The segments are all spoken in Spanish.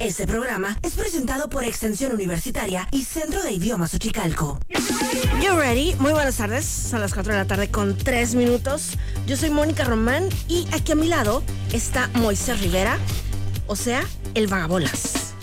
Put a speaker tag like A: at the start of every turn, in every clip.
A: Este programa es presentado por Extensión Universitaria y Centro de Idiomas Uchicalco.
B: You ready? Muy buenas tardes. Son las 4 de la tarde con 3 minutos. Yo soy Mónica Román y aquí a mi lado está Moisés Rivera, o sea, el vagabolas.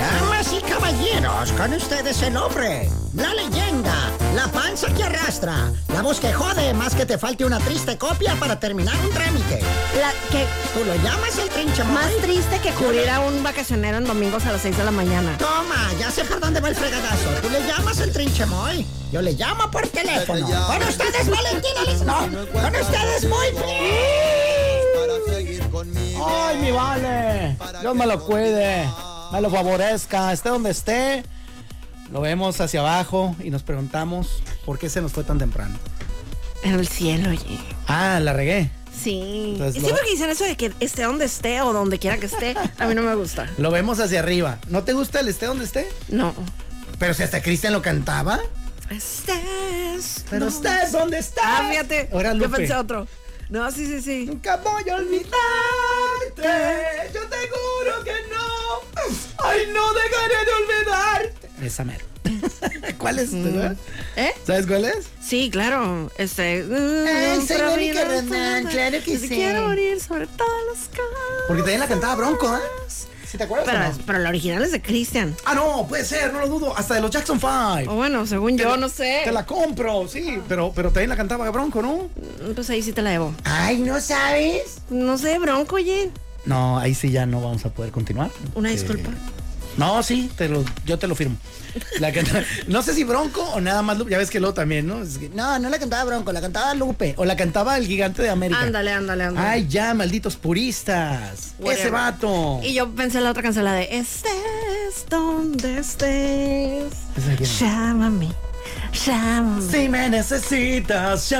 C: Damas y caballeros, con ustedes el hombre, la leyenda, la panza que arrastra, la voz que jode más que te falte una triste copia para terminar un trámite.
B: La que
C: ¿Tú lo llamas el trinche
B: más triste que cubrir a un vacacionero en domingos a las 6 de la mañana.
C: Toma, ya sé por dónde va el fregadazo. Tú le llamas el trinchemoy. Yo le llamo por teléfono. Con ustedes, Valentina Liz. No, con ustedes, muy
D: Ay, mi vale. Dios me lo cuide. Me lo favorezca. Esté donde esté. Lo vemos hacia abajo y nos preguntamos por qué se nos fue tan temprano.
B: En el cielo, oye.
D: Ah, la regué.
B: Sí.
D: Entonces,
B: y
D: lo-
B: siempre que dicen eso de que esté donde esté o donde quiera que esté, a mí no me gusta.
D: Lo vemos hacia arriba. ¿No te gusta el esté donde esté?
B: No.
D: Pero si hasta Cristian lo cantaba.
B: Estés.
D: Pero
B: no.
D: usted es donde está.
B: Ah, fíjate.
D: Ahora
B: Yo
D: Lupe.
B: pensé otro. No, sí, sí, sí.
D: Nunca voy a olvidarte. Yo te juro que no. Ay, no dejaré de olvidarte. Esa mero. ¿Cuál es?
B: ¿Eh?
D: ¿Sabes cuál es?
B: Sí, claro. Este.
D: Ay, Ah, soy
B: Pero
D: Mónica
B: mira,
D: Román,
B: soy-
D: claro que
B: si
D: sí.
B: pues, Quiero morir sobre todas las cosas.
D: Porque también la cantaba Bronco, ¿eh? ¿Sí te acuerdas?
B: Pero,
D: o no?
B: pero la original es de Christian.
D: Ah, no, puede ser, no lo dudo. Hasta de los Jackson 5.
B: O bueno, según yo, no sé.
D: Te la compro, sí. Pero, pero también la cantaba Bronco, ¿no?
B: Pues ahí sí te la debo.
C: Ay, ¿no sabes?
B: No sé, bronco, oye.
D: No, ahí sí ya no vamos a poder continuar.
B: Una
D: Eh,
B: disculpa.
D: No, sí, te lo, yo te lo firmo. La canta- no sé si Bronco o nada más Lupe. Ya ves que luego también, ¿no? Es que- no, no la cantaba Bronco, la cantaba Lupe. O la cantaba el gigante de América.
B: Ándale, ándale, ándale.
D: Ay, ya, malditos puristas.
B: Whatever.
D: Ese vato.
B: Y yo pensé en la otra canción, la de Estés donde estés.
D: ¿Esa de quién es?
B: Llámame. Llámame.
D: Si me necesitas,
C: Ah.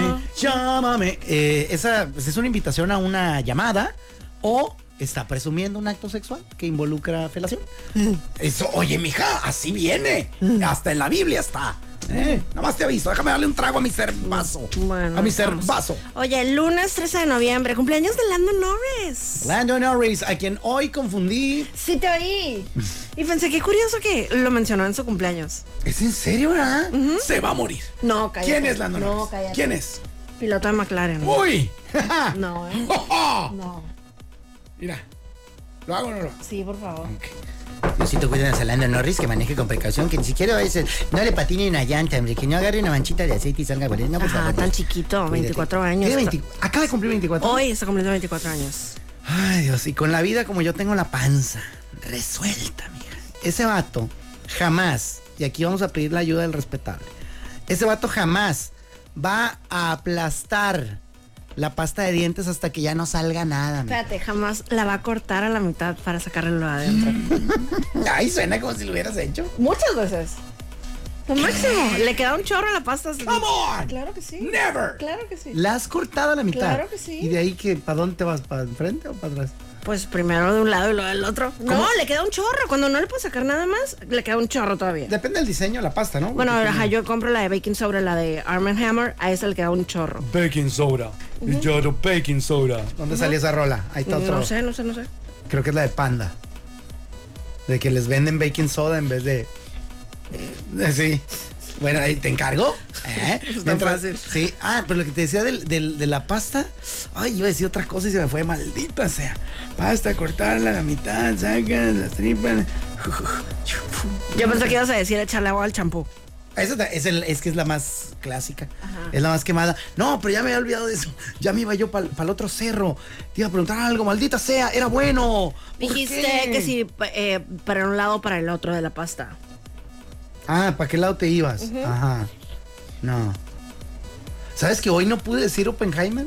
D: llámame, llámame. Eh, esa pues, es una invitación a una llamada o está presumiendo un acto sexual que involucra felación.
C: Mm. Eso, oye, mija, así viene. Hasta en la Biblia está.
D: Eh,
C: Nada más te aviso, déjame darle un trago a mi cervazo.
B: Bueno,
D: a mi ser
B: vamos.
D: vaso.
B: Oye, el lunes 13 de noviembre, cumpleaños de Lando Norris.
D: Lando Norris, a quien hoy confundí.
B: Sí te oí. Y pensé, qué curioso que lo mencionó en su cumpleaños.
D: ¿Es en serio, verdad?
C: Se va a morir.
B: No, cállate.
D: ¿Quién es Lando Norris?
B: No, cállate.
D: ¿Quién es? Oh.
B: Piloto de McLaren.
D: ¡Uy!
B: No, ¿eh? No.
D: Mira, ¿lo hago o no lo hago?
B: Sí, por favor.
C: Diosito, cuiden a Lando Norris que maneje con precaución, que ni siquiera es, no le patine una llanta, hombre, que no agarre una manchita de aceite y salga por ahí. No, por
B: Ajá,
C: favor.
B: tan chiquito, 24 años.
D: Tiene 20 acaba de cumplir 24.
B: Hoy está cumpliendo 24 años.
D: Ay, Dios, y con la vida como yo tengo la panza resuelta, mija. Ese vato jamás, y aquí vamos a pedir la ayuda del respetable, ese vato jamás va a aplastar la pasta de dientes hasta que ya no salga nada, mija.
B: Espérate, jamás la va a cortar a la mitad para sacarle lo de adentro.
D: Ay, suena como si lo hubieras hecho.
B: Muchas veces. Lo máximo. Le queda un chorro a la pasta.
D: ¡Come on!
B: Claro que sí.
D: ¡Never!
B: Claro que sí.
D: La has cortado a la mitad.
B: Claro que sí.
D: ¿Y de ahí que para dónde te vas? ¿Para enfrente o para atrás?
B: Pues primero de un lado y luego del otro. No, le queda un chorro. Cuando no le puedo sacar nada más, le queda un chorro todavía.
D: Depende del diseño de la pasta, ¿no?
B: Bueno, ajá, yo compro la de baking sobre la de Arm Hammer, a esa le queda un chorro.
E: baking soda. Yo no baking soda.
D: ¿Dónde salió esa rola? Ahí está otro.
B: No sé, no sé, no sé.
D: Creo que es la de Panda. De que les venden baking soda en vez de. Eh, Sí. Bueno, ahí te encargo. ¿eh? Mientras- Sí. Ah, pero lo que te decía del- del- de la pasta. Ay, iba a decir otra cosa y se me fue maldita sea. Pasta, cortarla a la mitad, sacas las tripas.
B: Yo pensé que ibas a decir echarle agua al champú.
D: Esa ta- es, el- es que es la más clásica. Es la más quemada. No, pero ya me había olvidado de eso. Ya me iba yo para el otro cerro. Te iba a preguntar algo, maldita sea, era bueno. ¿Por
B: Dijiste
D: qué?
B: que si pa- eh, para un lado o para el otro de la pasta.
D: Ah, ¿para qué lado te ibas? Ajá. No. ¿Sabes que hoy no pude decir Oppenheimer?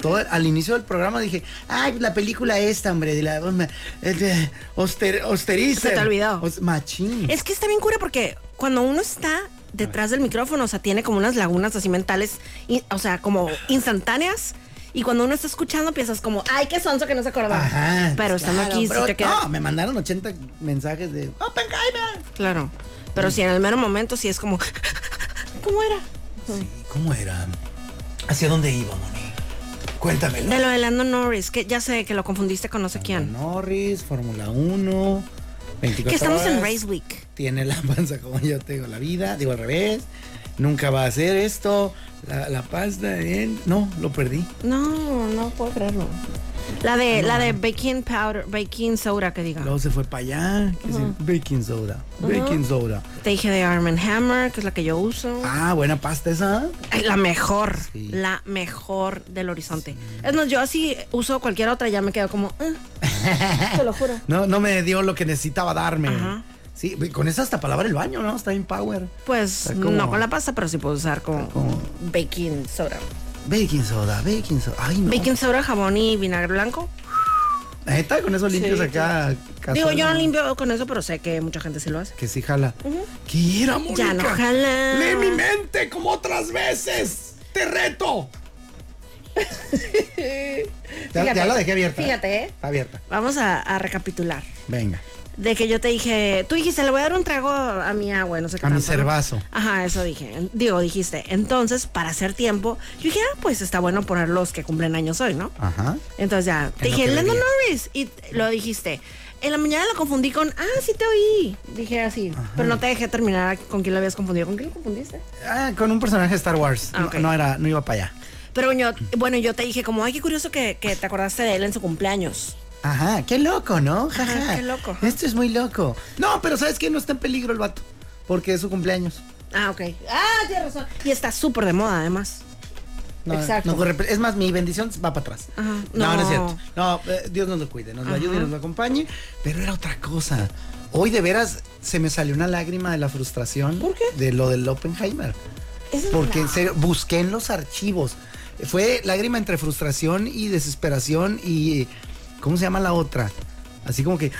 D: Todo, al inicio del programa dije, ay, la película esta, hombre, de la eh, de Oster, Osterizer".
B: Se te olvidó.
D: Os- machín.
B: Es que está bien cura porque cuando uno está detrás del micrófono, o sea, tiene como unas lagunas así mentales, y- o sea, como instantáneas. Y cuando uno está escuchando, piensas como, ay, qué sonso que no se acordaba.
D: Ajá.
B: Pero estando
D: claro,
B: aquí, sí
D: pero
B: te queda.
D: No, me mandaron 80 mensajes de Oppenheimer.
B: Claro. Pero si en el mero momento, sí es como, ¿cómo era?
D: ¿Cómo era? ¿Hacia dónde iba, Moni? Cuéntamelo.
B: De lo de Lando Norris, que ya sé que lo confundiste con no sé quién.
D: Norris, Fórmula 1, 24
B: Que estamos en
D: horas,
B: Race Week.
D: Tiene la panza como yo tengo la vida, digo al revés. Nunca va a hacer esto. La, la pasta, eh, no, lo perdí.
B: No, no puedo creerlo. La de, la de baking powder, baking soda que diga.
D: Luego se fue para allá. que sí, Baking soda. Baking soda.
B: Te dije de Arm Hammer, que es la que yo uso.
D: Ah, buena pasta esa.
B: Ay, La mejor,
D: Sí.
B: la mejor del horizonte. Es más, yo así uso cualquier otra, ya me quedo como, "Ah". te lo juro.
D: No, no me dio lo que necesitaba darme.
B: Ajá.
D: Sí, güey, con esa hasta para lavar el baño, ¿no? Está bien power.
B: Pues
D: Está como-
B: no con la pasta, pero sí puedo usar como
D: como-
B: baking soda.
D: Baking soda, baking soda. Ay, no.
B: Baking soda, jabón y vinagre blanco.
D: Neta, con eso limpios acá.
B: Digo,
D: cazuela,
B: yo no limpio con eso, pero sé que mucha gente sí lo hace.
D: Que sí jala. ¿Qué era, Mónica?
B: Ya no jala.
D: Lee mi mente como otras veces. Te reto. ya, ya
B: Fíjate,
D: la dejé abierta. ¿eh?
B: fíjate, ¿eh?
D: Está abierta.
B: Vamos a, a recapitular.
D: Venga.
B: De que yo te dije, tú dijiste, le voy a dar un trago a mi agua, y no sé qué.
D: A mi
B: tanto, ¿no?
D: cervazo.
B: Ajá, eso dije. Digo, dijiste. Entonces, para hacer tiempo, yo dije, ah, pues está bueno poner los que cumplen años hoy, ¿no?
D: Ajá.
B: Entonces ya, te
D: En lo
B: dije,
D: que
B: Lando
D: bebía.
B: Norris. Y lo dijiste. En la mañana lo confundí con, ah, sí te oí. Dije así. Pero no te dejé terminar con quién lo habías confundido. ¿Con quién lo confundiste?
D: Ah, con un personaje de Star Wars.
B: Ah,
D: No-
B: ok.
D: no, era, no iba para allá.
B: Pero bueno, bueno, yo te dije como, ay, qué curioso que, que te acordaste de él en su cumpleaños.
D: Ajá, qué loco, ¿no? Jaja.
B: Ajá, qué loco.
D: Esto es muy loco. No, pero ¿sabes qué? No está en peligro el vato. Porque es su cumpleaños.
B: Ah, ok. Ah, tienes razón. Y está súper de moda, además.
D: No,
B: Exacto.
D: no corre pe- es más, mi bendición va para atrás.
B: Ajá.
D: No, no, es
B: No.
D: cierto. No, eh, Dios nos lo cuide, nos lo ayude y nos lo acompañe. Pero era otra cosa. Hoy de veras se me salió una lágrima de la frustración
B: ¿Por qué?
D: de lo del Oppenheimer.
B: Eso es
D: Porque en
B: la-
D: serio, busqué en los archivos. Fue lágrima entre frustración y desesperación y... ¿Cómo se llama la otra? Así como que...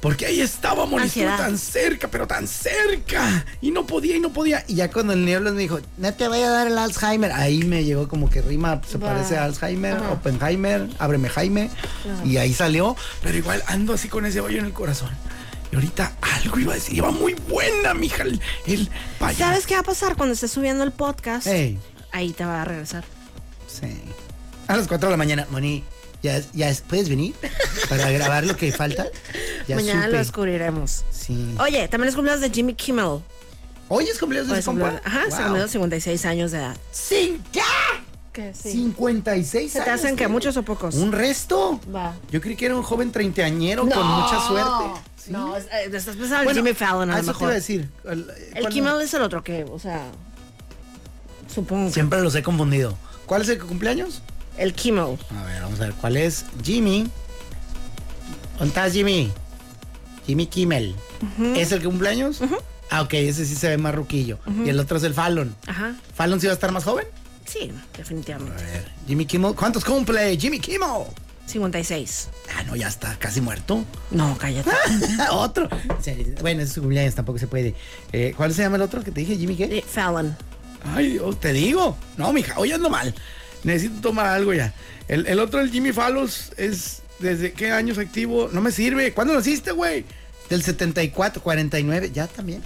D: Porque ahí estaba Monitor
B: Ansiedad.
D: tan cerca, pero tan cerca. Y no podía, y no podía. Y ya cuando el nieblas me dijo, no te vaya a dar el Alzheimer. Ahí me llegó como que rima, se
B: Va.
D: parece a Alzheimer,
B: Ajá.
D: Oppenheimer, ábreme Jaime. Y ahí salió. Pero igual ando así con ese hoyo en el corazón. Y ahorita algo iba a decir, iba muy buena, mija. El, el payaso.
B: ¿Sabes qué va a pasar cuando estés subiendo el podcast?
D: Ey.
B: Ahí te va a regresar.
D: Sí. A las 4 de la mañana, Moni, ¿ya, ya es- puedes venir para grabar lo que falta? Ya
B: Mañana
D: supe.
B: lo descubriremos.
D: Sí.
B: Oye, también es cumpleaños de Jimmy Kimmel.
D: Hoy es cumpleaños de
B: Pues,
D: su compa.
B: Ajá, se
D: Wow.
B: cumplió 56 años de edad.
D: Cin- ¡Ya!
B: ¿Qué?
D: 56
B: ¿Se te
D: años,
B: hacen que
D: güey.
B: muchos o pocos?
D: ¿Un resto?
B: Va.
D: Yo creí que era un joven treintañero con mucha suerte. Sí.
B: No, es- eh, estás pensando en
D: Bueno,
B: Jimmy Fallon a
D: ah,
B: lo
D: eso te
B: mejor.
D: iba a decir. El,
B: El
D: ¿cuál-
B: Kimmel es el otro que, o sea, supongo.
D: Siempre los he confundido. ¿Cuál es el cumpleaños?
B: El Kimmel.
D: A ver, vamos a ver cuál es. Jimmy. ¿Dónde estás, Jimmy? Jimmy Kimmel. ¿Es el cumpleaños? Ah, ok, ese sí se ve más ruquillo. Y el otro es el Fallon.
B: Ajá.
D: ¿Fallon sí va a estar más joven?
B: Sí, definitivamente.
D: A ver, Jimmy Kimmel. ¿Cuántos cumple Jimmy Kimmel?
B: 56.
D: Ah, no, ya está casi muerto.
B: No, cállate.
D: otro. Sí, Bueno, ese es su cumpleaños, tampoco se puede. Eh, ¿Cuál se llama el otro que te dije, Jimmy qué?
B: Eh, Fallon.
D: Ay, Dios, te digo. No, mija, hoy ando mal. Necesito tomar algo ya. El, el otro, el Jimmy Fallos, es desde qué años activo. No me sirve. ¿Cuándo naciste, güey? Del 74, 49. Ya también.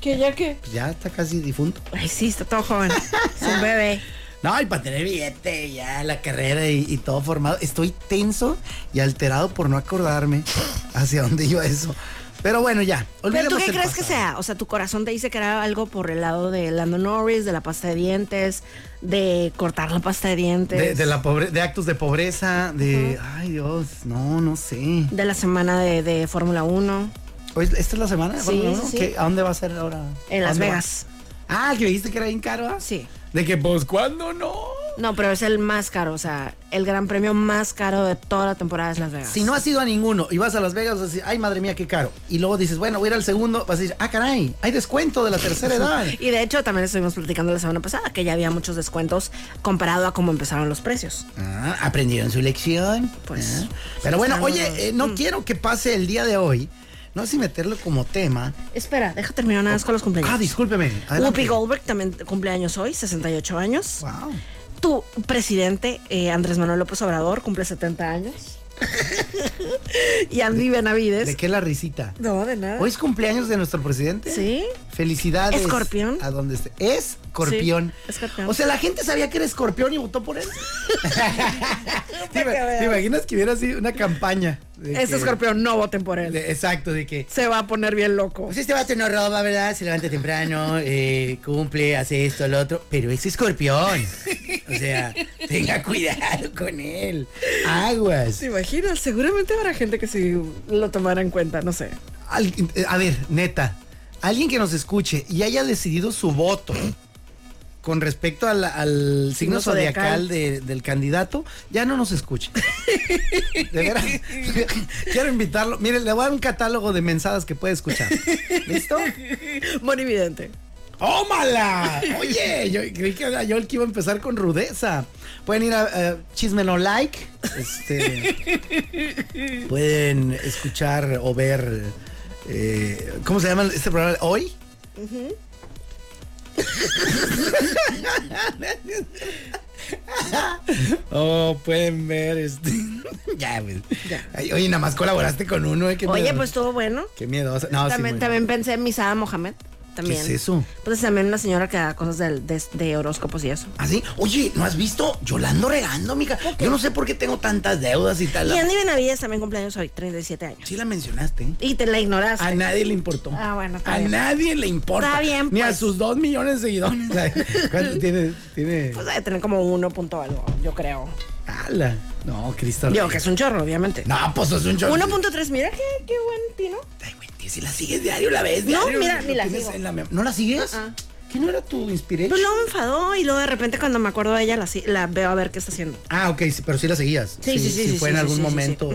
B: ¿Qué, ya qué?
D: Pues ya está casi difunto.
B: Ay, sí, está todo joven. es un bebé.
D: No, y para tener billete, ya la carrera y, y todo formado. Estoy tenso y alterado por no acordarme hacia dónde iba eso. Pero bueno, ya.
B: ¿Pero tú
D: olvidemos
B: qué
D: el
B: crees que
D: pasado.
B: sea? O sea, tu corazón te dice que era algo por el lado de Lando Norris, de la pasta de dientes, de cortar la pasta de dientes.
D: De, de la pobre, de actos de pobreza, de. Ay, Dios, no, no sé.
B: de la semana de, de Fórmula 1
D: Oye, ¿Esta es la semana? de
B: Sí,
D: Fórmula uno?
B: sí, sí.
D: ¿Qué- ¿A dónde va a ser ahora?
B: en
D: ¿A
B: Las
D: dónde va?
B: Vegas.
D: Ah, que dijiste que era bien caro. ah?
B: Sí.
D: De que, pues, ¿cuándo no?
B: No, pero es el más caro, o sea, el gran premio más caro de toda la temporada es Las Vegas.
D: Si no has ido a ninguno y vas a Las Vegas, vas a decir, ay, madre mía, qué caro. Y luego dices, bueno, voy a ir al segundo, vas a decir, ah, caray, hay descuento de la tercera edad.
B: Y de hecho también estuvimos platicando la semana pasada que ya había muchos descuentos comparado a cómo empezaron los precios.
D: Ah, aprendieron su lección.
B: Pues,
D: Ah. Pero bueno,
B: estamos-
D: oye, eh, no quiero que pase el día de hoy No sé si meterlo como tema.
B: Espera, deja terminar nada más con los cumpleaños.
D: Ah, discúlpeme. adelante.
B: Whoopi Goldberg también cumple años hoy, 68 años.
D: Wow.
B: Tu presidente, eh, Andrés Manuel López Obrador, cumple 70 años. y Andy Benavides.
D: ¿De qué la risita?
B: No, de nada.
D: Hoy es cumpleaños de nuestro presidente.
B: Sí.
D: Felicidades.
B: Escorpión.
D: A donde esté. Es escorpión.
B: Sí, escorpión.
D: O sea, la gente sabía que era escorpión y votó por él. ¿Te, ima- te imaginas que hubiera sido una campaña? de
B: Este
D: que-
B: escorpión, no voten por él.
D: de- exacto, de que.
B: Se va a poner bien loco.
D: Pues este vato no roba, ¿verdad? Se levanta temprano, eh, cumple, hace esto, lo otro. Pero es escorpión. O sea, tenga cuidado con él. Aguas.
B: ¿Te imaginas? Seguramente habrá gente que si lo tomara en cuenta, no sé.
D: Al- eh, a ver, neta, alguien que nos escuche y haya decidido su voto con respecto al, al
B: Signo
D: signo
B: zodiacal.
D: zodiacal de- del candidato, ya no nos escuche. De veras, quiero invitarlo. Mire, le voy a dar un catálogo de mensadas que puede escuchar. ¿Listo?
B: Monividente.
D: ¡Ómala! Oye, yo creí que era yo el que iba a empezar con rudeza. Pueden ir a eh, Chisme No Like. Este, pueden escuchar o ver. eh, ¿Cómo se llama este programa? ¿Hoy? oh, pueden ver este. ya, pues. Ay, oye, nada más colaboraste con uno, eh, qué
B: Oye,
D: miedo.
B: pues estuvo bueno.
D: Qué miedosa. No, Ah, sí,
B: también,
D: muy-
B: también pensé en Misada Mohamed. También.
D: ¿Qué es eso?
B: Pues también una señora que da cosas del- de, de horóscopos y eso.
D: Así, ¿Ah, oye, ¿no has visto? Yo la ando regando, mija. Yo no sé por qué tengo tantas deudas y tal.
B: Y Andy Benavides también cumpleaños hoy, 37 años.
D: Sí la mencionaste. ¿eh?
B: Y te la ignoraste.
D: A nadie le importó.
B: Ah, bueno, está
D: A
B: bien.
D: nadie le importa.
B: Está bien,
D: Ni a
B: pues.
D: sus dos millones de seguidores. ¿Cuánto tiene? Tiene.
B: Pues debe tener como uno punto algo, yo creo.
D: Ala. No, Cristo.
B: Digo que es un chorro, obviamente.
D: No, pues es un chorro.
B: 1.3, mira qué, qué buen tino.
D: Ay, güey, tío, si la sigues diario, la ves
B: No,
D: diario.
B: mira, ni la
D: tienes
B: sigo.
D: en mem- ¿No la sigues? ¿Que no era tu inspiración?
B: Pues luego me enfadó y luego de repente cuando me acuerdo de ella la, si- la veo a ver qué está haciendo.
D: Ah, ok, sí, pero sí la seguías.
B: Sí, sí, sí, sí,
D: fue
B: sí,
D: en
B: sí,
D: algún
B: sí, sí, sí.
D: momento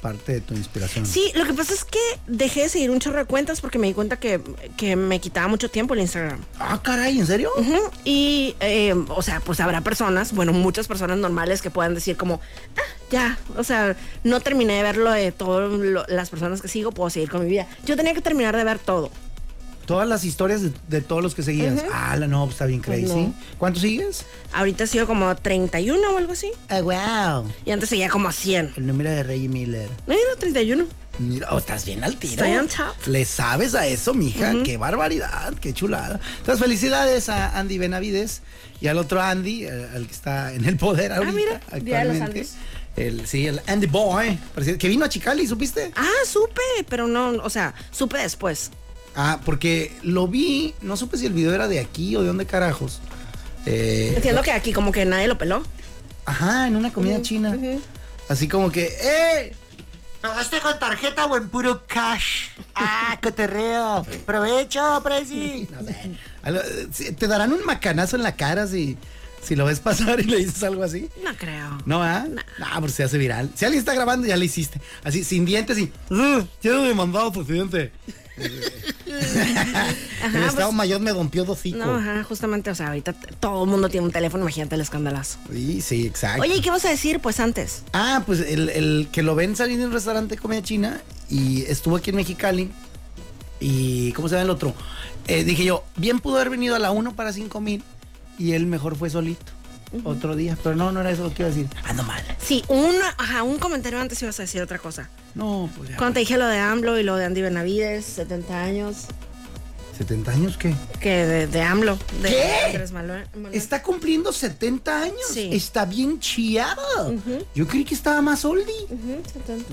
D: parte de tu inspiración.
B: Sí, lo que pasa es que dejé de seguir un chorro de cuentas porque me di cuenta que, que me quitaba mucho tiempo el Instagram.
D: Ah, caray, ¿en serio?
B: Ujú, Y, eh, o sea, pues habrá personas, bueno, muchas personas normales que puedan decir como, ah, ya, o sea, no terminé de verlo de todas las personas que sigo, puedo seguir con mi vida. Yo tenía que terminar de ver todo.
D: Todas las historias de, de todos los que seguías. Ah, la no, pues está bien crazy.
B: no.
D: ¿Cuántos sigues?
B: Ahorita sigo como 31 o algo así.
D: Ah, wow.
B: Y antes seguía como a 100.
D: El número de Reggie Miller.
B: No, era 31.
D: Mira, oh, estás bien al tiro.
B: Estoy on top.
D: Le sabes a eso, mija. Qué barbaridad, qué chulada. Entonces, felicidades a Andy Benavides y al otro Andy, eh, al que está en el poder ahorita.
B: Ah, mira, Día de los
D: actualmente.
B: Andys.
D: El, sí, el Andy Boy, presidente, que vino a Chicali, ¿supiste?
B: Ah, supe, pero no, o sea, supe después.
D: Ah, porque lo vi, no supe si el video era de aquí o de dónde carajos. Eh,
B: Entiendo que aquí como que nadie lo peló.
D: Ajá, en una comida china. Así como que, ¡eh!
C: ¿Pagaste con tarjeta o en puro cash? ¡Ah, coterreo! ¡Provecho, Prezi!
D: No sé. Algo- sí, Te darán un macanazo en la cara si, si lo ves pasar y le dices algo así.
B: No creo.
D: No, ¿ah? No, porque se hace viral. Si alguien está grabando, ya le hiciste. Así, sin dientes y. "Ugh, Quiero demandado, presidente. el Estado Mayor me rompió dos hijos.
B: pues No, ajá, justamente, o sea, ahorita t- todo el mundo tiene un teléfono, imagínate el escandalazo.
D: Sí, sí, exacto.
B: Oye, ¿y qué vas a decir? Pues antes.
D: Ah, pues el, el que lo ven salir de un restaurante de comida china y estuvo aquí en Mexicali. Y, ¿cómo se llama el otro? Eh, dije yo, bien pudo haber venido a la 1 para 5 mil y él mejor fue solito. Otro día, pero no, no era eso lo que iba a decir. Ando mal.
B: Sí, un, ajá, un comentario antes ibas a decir otra cosa.
D: No, pues ya.
B: Cuando te dije lo de AMLO y lo de Andy Benavides, 70 años,
D: ¿70 años qué?
B: que de, de AMLO, de
D: ¿Qué?
B: Andrés Manuel. Manuel.
D: Está cumpliendo 70 años.
B: Sí.
D: Está bien chiado. Yo creí que estaba más oldie.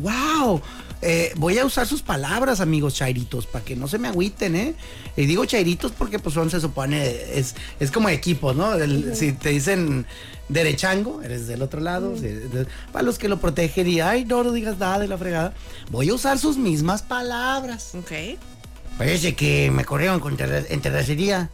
D: ¡Wow! Eh, voy a usar sus palabras, amigos chairitos, para que no se me agüiten, ¿eh? Y digo chairitos porque, pues, son, se supone, es, es como equipos, ¿no? El- Si te dicen derechango, eres del otro lado. si- de- para los que lo protegen y, ay, no, no digas nada de la fregada. Voy a usar sus mismas palabras.
B: Ok.
D: Parece que me corrieron con terra- en terracería.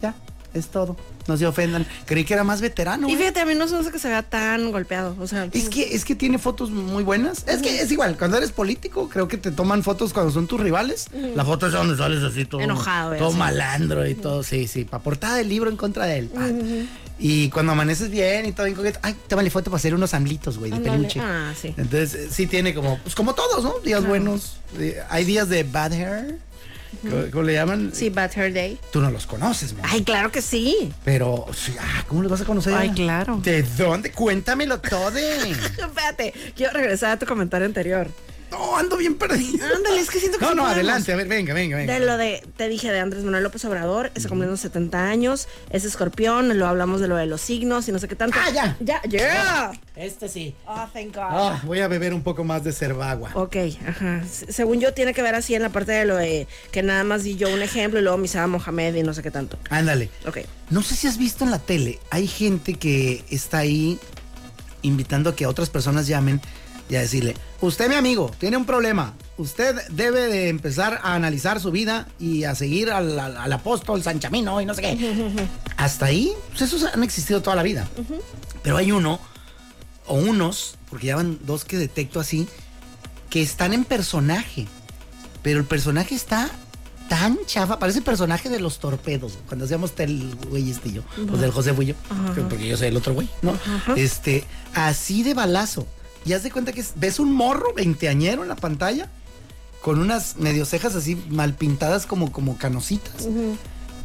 D: Ya, es todo. No se ofendan. Creí que era más veterano.
B: Y
D: ¿eh?
B: fíjate, a mí no se me hace que se vea tan golpeado, o sea.
D: Es que, es que tiene fotos muy buenas. Es que es igual, cuando eres político, creo que te toman fotos cuando son tus rivales. La foto es donde sales así todo.
B: Enojado, ¿eh?
D: Todo
B: Así.
D: malandro y todo. Sí, sí. Para portada del libro en contra de él. Ah. Y cuando amaneces bien y todo bien coqueto, ay, tómale foto para hacer unos amblitos, güey, de
B: Ándale.
D: peluche.
B: Ah, sí.
D: Entonces, eh, sí tiene como, pues como todos, ¿no? Días buenos. Eh, Hay días de bad hair, ¿cómo, cómo le llaman?
B: Sí, Bad Hair Day.
D: Tú no los conoces, mon.
B: Ay, claro que sí.
D: Pero, sí, ah, ¿cómo los vas a conocer?
B: Ay, claro.
D: ¿De dónde? Cuéntamelo todo.
B: Espérate, quiero regresar a tu comentario anterior.
D: no, ando bien perdido.
B: Ándale, es que siento que
D: No,
B: sí
D: no,
B: podemos.
D: adelante, a ver, venga, venga, venga.
B: De lo de, te dije de Andrés Manuel López Obrador, está cumpliendo 70 años, es escorpión, lo hablamos de lo de los signos y no sé qué tanto.
D: Ah, ya.
B: Ya, yeah.
D: Este sí.
B: Oh, thank God.
D: Ah, voy a beber un poco más de cervagua.
B: Ok, ajá. S- Según yo, tiene que ver así en la parte de lo de que nada más di yo un ejemplo y luego Misada Mohamed y no sé qué tanto.
D: Ándale.
B: Ok.
D: No sé si has visto en la tele, hay gente que está ahí invitando a que otras personas llamen y a decirle, usted mi amigo, tiene un problema, usted debe de empezar a analizar su vida y a seguir al, al- al apóstol San Chamino y no sé qué. Hasta ahí, pues esos han existido toda la vida. Pero hay uno, o unos, porque ya van dos que detecto así, que están en personaje. Pero el personaje está tan chafa. Parece el personaje de los torpedos. Cuando hacíamos el güey este y yo. O del José fui yo. Porque yo soy el otro güey, ¿no? Este, así de balazo. Y haz de cuenta que es- ves un morro veinteañero en la pantalla. Con unas medio cejas así mal pintadas como, como canositas.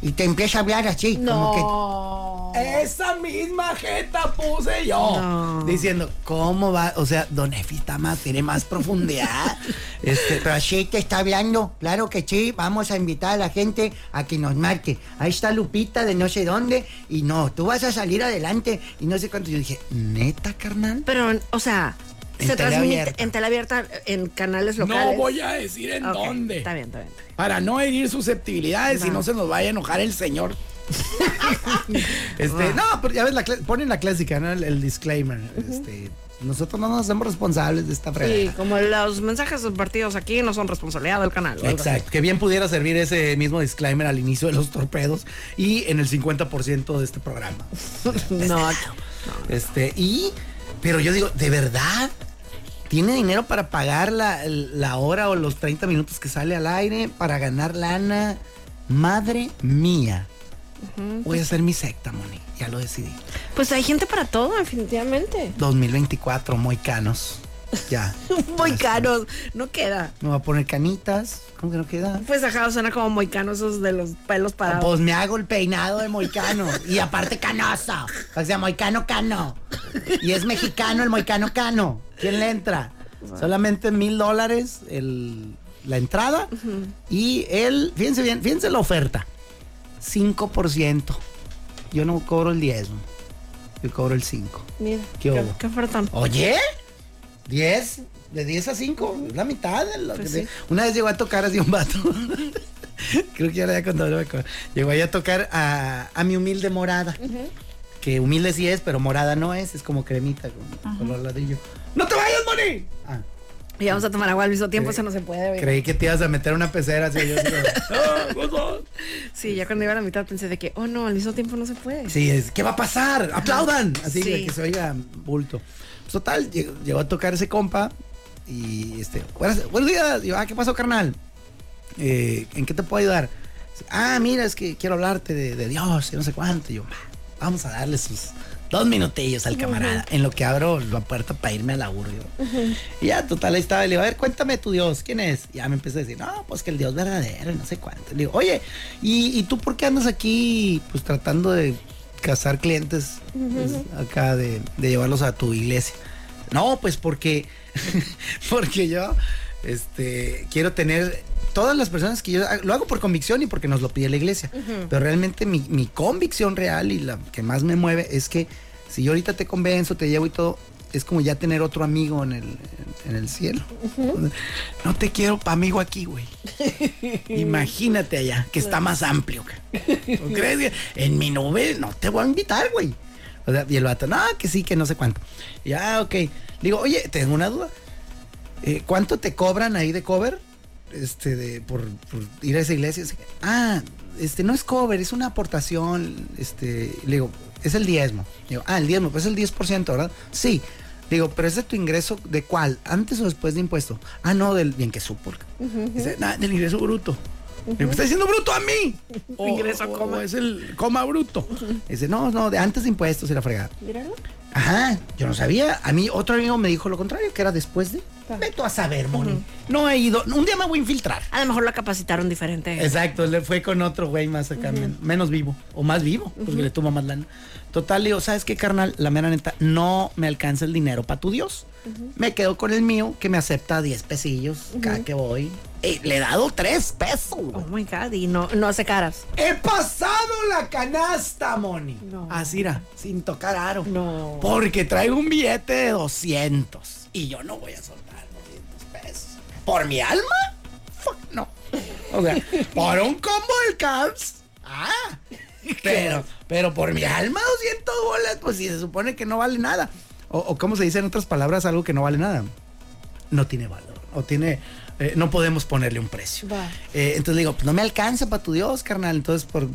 D: Y te empieza a hablar así. Como que, Esa misma jeta puse yo.
B: No.
D: Diciendo, ¿cómo va? O sea, Don Efi está más, tiene más profundidad. Este, pero así te está hablando. Claro que sí, vamos a invitar a la gente a que nos marque. Ahí está Lupita de no sé dónde. Y no, tú vas a salir adelante. Y no sé cuánto. Yo dije, ¿neta, carnal?
B: Pero, o sea,
D: En
B: se
D: tele
B: transmite
D: abierta.
B: en tele abierta en canales locales.
F: No voy a decir en
B: Ok,
F: dónde.
B: Está bien, está bien. está bien.
F: Para no herir susceptibilidades y
B: Va.
F: no se nos vaya a enojar el señor.
B: Ah.
D: Este, no, pero ya ves, la cla- ponen la clásica, ¿no? El, el disclaimer. Este, nosotros no nos hacemos responsables de esta
B: Sí,
D: fregada.
B: como los mensajes compartidos aquí no son responsabilidad del canal. o algo así.
D: Exacto, que bien pudiera servir ese mismo disclaimer al inicio de los torpedos y en el 50% de este programa.
B: No, aquí-
D: Este, y, pero yo digo, ¿de verdad? ¿Tiene dinero para pagar la, la hora o los 30 minutos que sale al aire para ganar lana? Madre mía. Voy a hacer mi secta, Moni. Ya lo decidí.
B: pues hay gente para todo, definitivamente.
D: 2024, moicanos. Ya.
B: Moicanos, no queda.
D: Me voy a poner canitas. ¿Cómo que no queda?
B: Pues ajá, suena como moicanos esos de los pelos parados.
D: Pues me hago el peinado de moicano. Y aparte canoso. O sea, moicano cano. Y es mexicano el moicano cano. ¿Quién le entra? Solamente mil dólares el- la entrada. Y el, fíjense bien, fíjense la oferta. 5%. Yo no cobro el diezmo. Yo cobro el 5.
B: Mira,
D: ¿Qué
B: qué,
D: hubo?
B: qué ofertón.
D: Oye, 10, de 10 a 5, es la mitad. de lo
B: Pues
D: que te-
B: sí.
D: Una vez llegó a tocar así un vato. Creo que ya le había contado, no me acuerdo. Llegó ahí a tocar a, a mi humilde morada. Que humilde sí es, pero morada no es, es como cremita, con color ladrillo. ¡No te vayas, Moni! Ah,
B: Y vamos a tomar agua al mismo tiempo,
D: Cre-
B: eso no se puede. oye.
D: creí que te ibas a meter una pecera así. Yo, así como,
B: Sí, ya cuando iba a la mitad pensé de que, oh no, al mismo tiempo no se puede.
D: sí, es, ¿qué va a pasar? ¡Aplaudan! Así
B: Sí.
D: que se oiga bulto. Pues total, llegó, llegó a tocar ese compa y este, buenas- buenos días. Y yo, ah, ¿qué pasó, carnal? eh, ¿en qué te puedo ayudar? Dice, Ah, mira, es que quiero hablarte de, de Dios y no sé cuánto. Y yo, "Va, vamos a darle sus dos minutillos al camarada en lo que abro la puerta para irme a la urbe. Y ya, total, ahí estaba. Y le digo, a ver, cuéntame tu Dios, ¿quién es? Y ya me empecé a decir, no, pues que el Dios verdadero y no sé cuánto. Le digo, oye, ¿y, y tú por qué andas aquí pues tratando de cazar clientes pues, acá, de, de llevarlos a tu iglesia? No, pues porque, porque yo, este, quiero tener todas las personas que yo ha- lo hago por convicción y porque nos lo pide la iglesia. Pero realmente mi, mi convicción real y la que más me mueve es que si yo ahorita te convenzo, te llevo y todo, es como ya tener otro amigo en el, en el cielo. No te quiero pa' amigo aquí, güey. Imagínate allá, que está más amplio. ca. ¿No crees? que En mi nube no te voy a invitar, güey. O sea, y el vato, no, que sí, que no sé cuánto. Ya, ok. Le digo, oye, tengo una duda. Eh, ¿Cuánto te cobran ahí de cover? Este, de, por, por ir a esa iglesia. Así que, Ah, este, no es cover, es una aportación. Este, le digo, es el diezmo. Le digo, ah, el diezmo, pues es el 10%, ¿verdad? Sí. Le digo, pero ese es tu ingreso, ¿de cuál? ¿Antes o después de impuesto? Ah, no, del bien que supo. Dice, "Nah, del "Ah, ingreso bruto. Me está diciendo bruto a mí.
F: O-
D: Ingreso
F: o-
D: coma.
F: o es el coma bruto.
D: Dice, no, no, de antes de impuestos y la fregada.
B: Míralo.
D: Ajá, yo no sabía. A mí otro amigo me dijo lo contrario, que era después de.
B: Ah.
D: Veto a saber, Moni. No he ido. Un día me voy a infiltrar.
B: A lo mejor la capacitaron diferente.
D: Exacto, le fue con otro güey más acá, men- menos vivo, o más vivo, porque le toma más lana. Total, le digo, ¿sabes qué, carnal? La mera neta, no me alcanza el dinero para tu Dios. Me quedo con el mío, que me acepta 10 pesillos cada que voy. Y le he dado 3 pesos,
B: Oh my
D: güey.
B: God, y no, no hace caras.
D: He pasado la canasta, Moni.
B: No.
D: Así era, sin tocar aro.
B: No.
D: Porque traigo un billete de 200 y yo no voy a soltar 200 pesos. ¿Por mi alma? Fuck, no. O sea, por un combo del Cavs. Ah. Pero, pero por mi alma 200 bolas, pues si se supone que no vale nada. O, o como se dice en otras palabras, algo que no vale nada no tiene valor o tiene eh, no podemos ponerle un precio.
B: Va.
D: Eh, entonces le digo, pues no me alcanza para tu Dios, carnal. Entonces, por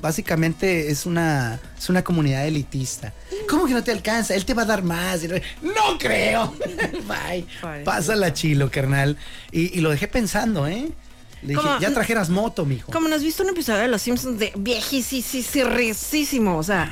D: básicamente es una es una comunidad elitista. ¿Cómo que no te alcanza? Él te va a dar más. Y no- No creo. Bye.
B: Pobrecito.
D: Pásala chilo, carnal. Y, y lo dejé pensando, ¿eh? Le dije,
B: Como-
D: ya trajeras moto, mijo.
B: Como nos has visto un episodio de Los Simpsons de viejísimo, o sea,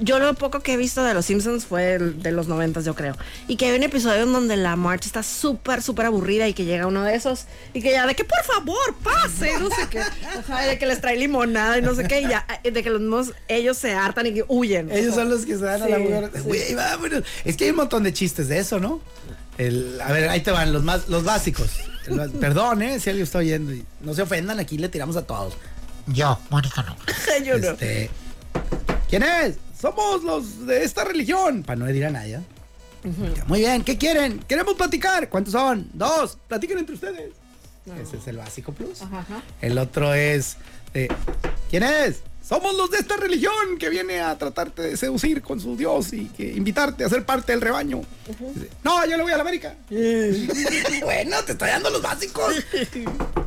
B: yo lo poco que he visto de Los Simpsons fue el de los noventas, yo creo. Y que hay un episodio en donde la March está súper, súper aburrida y que llega uno de esos y que ya de que por favor pase, no sé qué, Ajá, y de que les trae limonada y no sé qué, y ya eh, de que los mismos, ellos se hartan y que huyen.
D: Ellos son los que se dan a la
B: Sí,
D: mujer.
B: sí.
D: Güey, vámonos. Es que hay un montón de chistes de eso, ¿no? El- a ver, ahí te van, los más, los básicos. El ba- Perdón, ¿eh? Si alguien está oyendo. y no se ofendan, aquí le tiramos a todos.
C: Yo, Mónica, no.
B: Yo no.
D: Este, ¿Quién es? Somos los de esta religión. Para no herir a nadie. ¿eh? Muy bien, ¿qué quieren? Queremos platicar. ¿Cuántos son? Dos. Platiquen entre ustedes. Ese es el básico plus. El otro es. eh, ¿Quién es?
F: Somos los de esta religión que viene a tratarte de seducir con su Dios y que invitarte a ser parte del rebaño. Dice, No, yo le voy a la América.
D: bueno, te estoy dando los básicos.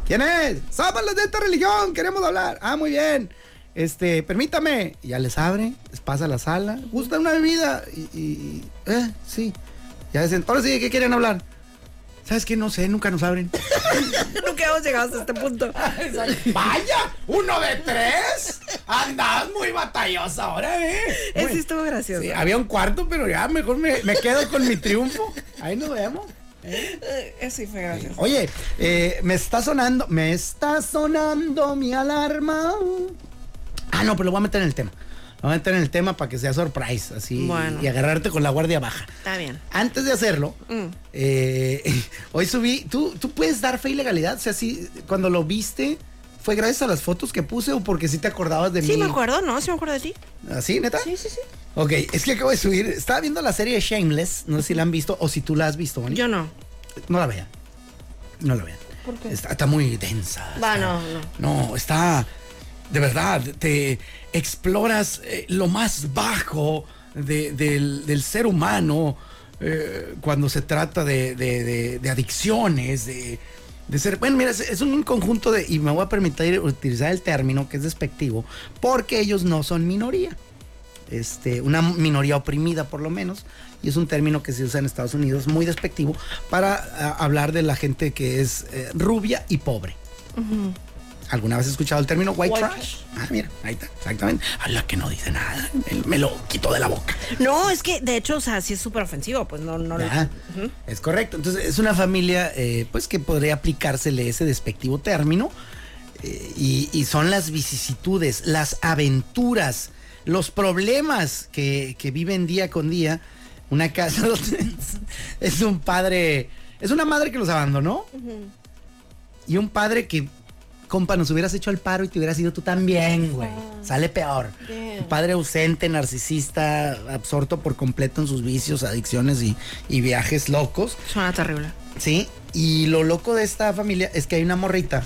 F: ¿Quién es?
D: Somos los de esta religión, queremos hablar. Ah, muy bien. Este, permítame. Ya les abre, les pasa a la sala. Gusta una bebida y. y- eh, sí. Ya dicen, ahora sí, ¿de ¿qué quieren hablar? ¿Sabes qué? No sé, nunca nos abren.
B: Nunca hemos llegado hasta este punto.
F: ¡Vaya! ¡Uno de tres! Andabas muy batallosa ahora, ¿eh?
B: Eso sí estuvo gracioso.
D: ah.
F: Sí, había un cuarto, pero ya mejor me, me quedo con mi triunfo.
D: Ahí nos vemos.
B: Eh, Eso sí fue gracioso.
D: Oye, eh, me está sonando, me está sonando mi alarma. Ah, no, pero lo voy a meter en el tema. Lo voy a meter en el tema para que sea surprise, así.
B: Bueno.
D: Y agarrarte con la guardia baja.
B: Está bien.
D: Antes de hacerlo,
B: Mm.
D: eh, hoy subí. ¿tú, ¿Tú puedes dar fe y legalidad? O sea, si cuando lo viste, ¿fue gracias a las fotos que puse o porque sí te acordabas de mí?
B: Sí, me acuerdo, ¿no? Sí, me acuerdo de ti.
D: ¿Así, neta?
B: Sí, sí, sí.
D: Ok, es que acabo de subir. Estaba viendo la serie Shameless. No sé si la han visto o si tú la has visto, Bonnie.
B: Yo no.
D: No la vean. No la vean. Está, está muy densa.
B: Va,
D: está-
B: no, no.
D: No, está. De verdad, te exploras eh, lo más bajo de- del, del ser humano eh, cuando se trata de, de- de- de adicciones, de, de ser. Bueno, mira, es, es un conjunto de. Y me voy a permitir utilizar el término que es despectivo, porque ellos no son minoría este, una minoría oprimida por lo menos, y es un término que se usa en Estados Unidos muy despectivo para a, hablar de la gente que es eh, rubia y pobre. ¿Alguna vez has escuchado el término white, trash? Ah, mira, ahí está, exactamente. A la que no dice nada, él me lo quitó de la boca.
B: No, es que de hecho, o sea, sí es súper ofensivo, pues no, no.
D: ¿verdad? Ah, Es correcto. Entonces, es una familia, eh, pues, que podría aplicársele ese despectivo término. eh, y, y son las vicisitudes, las aventuras, los problemas que, que viven día con día. Una casa donde es un padre, es una madre que los abandonó. Y un padre que, compa, nos hubieras hecho el paro y te hubieras ido tú también, güey. Sale peor. Un padre ausente, narcisista, absorto por completo en sus vicios, adicciones y, y viajes locos.
B: Suena terrible.
D: Sí. Y lo loco de esta familia es que hay una morrita,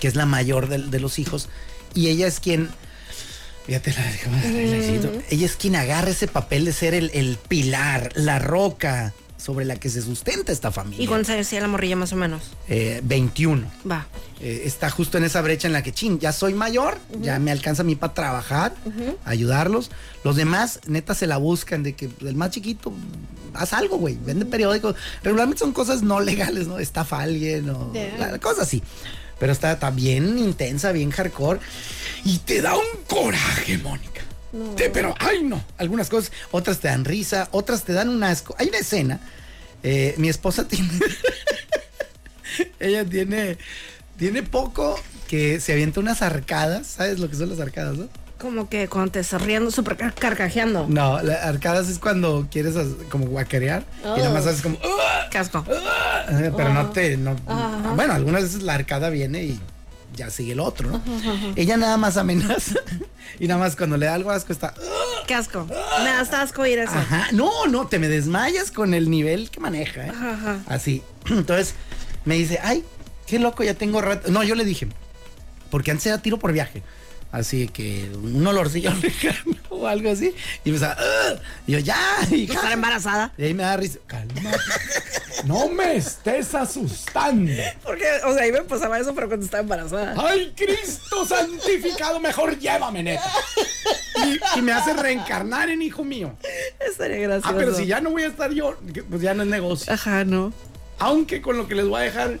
D: que es la mayor del- de, los hijos, y ella es quien. Fíjate, la- déjame- ella es quien agarra ese papel de ser el, el pilar, la roca sobre la que se sustenta esta familia.
B: ¿Y cuántos años tiene la morrilla más o menos?
D: Eh, 21.
B: Va.
D: Eh, está justo en esa brecha en la que, chin, ya soy mayor, ya me alcanza a mí para trabajar, ayudarlos. Los demás, neta, se la buscan de que el más chiquito, haz algo, güey, vende periódicos. Regularmente son cosas no legales, ¿no? Estafa a alguien o cosas así. Pero está, está bien intensa, bien hardcore.
F: Y te da un coraje, Mónica. Te- pero, ay, no.
D: Algunas cosas, otras te dan risa, otras te dan un asco. Hay una escena. eh, mi esposa tiene. ella tiene. Tiene poco que se avienta unas arcadas. ¿Sabes lo que son las arcadas, no?
B: Como que cuando te estás riendo, súper car- carcajeando.
D: No, las arcadas es cuando quieres as- como guacarear y nada más haces como. "Ah",
B: Casco.
D: eh, Pero no te. No, bueno, algunas veces la arcada viene y ya sigue el otro, ¿no? Ella nada más amenaza y nada más cuando le da algo asco está. "Ah",
B: Casco. Me das asco ir eso.
D: Ajá, no, no, te me desmayas con el nivel que maneja, ¿eh?
B: Ajá, ajá.
D: Así. Entonces me dice, ay, qué loco, ya tengo rato. No, yo le dije, porque antes era tiro por viaje. Así que un olorcillo lejano o algo así. Y me estaba, yo ya, hija".
B: Estar embarazada.
D: Y ahí me da risa. Calma.
E: No me estés asustando.
B: Porque, o sea, ahí me pasaba eso, pero cuando estaba
D: Ah.
B: embarazada.
E: ¡Ay, Cristo santificado! Mejor llévame, neta.
D: Y, y me hace reencarnar en hijo mío.
B: Estaría gracioso.
D: Ah, pero si ya no voy a estar yo, que, pues ya no es negocio.
B: Ajá, no.
D: Aunque con lo que les voy a dejar.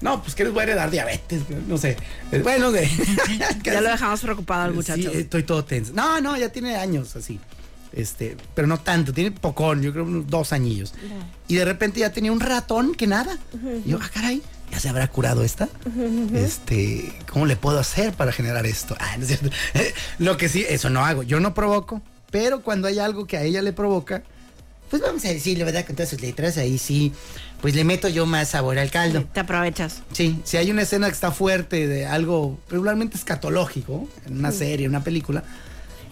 D: No, pues que les voy a heredar diabetes, no sé. Bueno, de.
B: Ya lo dejamos preocupado al muchacho.
D: Eh, Sí, estoy todo tenso. No, no, ya tiene años así. Este, pero no tanto, tiene pocón, yo creo unos dos añillos. Y de repente ya tenía un ratón que nada. Y yo, ah, caray, ya se habrá curado esta. Este, ¿cómo le puedo hacer para generar esto? Ah, no es cierto. Lo que sí, eso no hago, yo no provoco, pero cuando hay algo que a ella le provoca, pues vamos a decirlo, ¿verdad? Con todas sus letras, ahí sí, pues le meto yo más sabor al caldo.
B: Te aprovechas.
D: Sí, si hay una escena que está fuerte de algo regularmente escatológico, en una serie, en una película,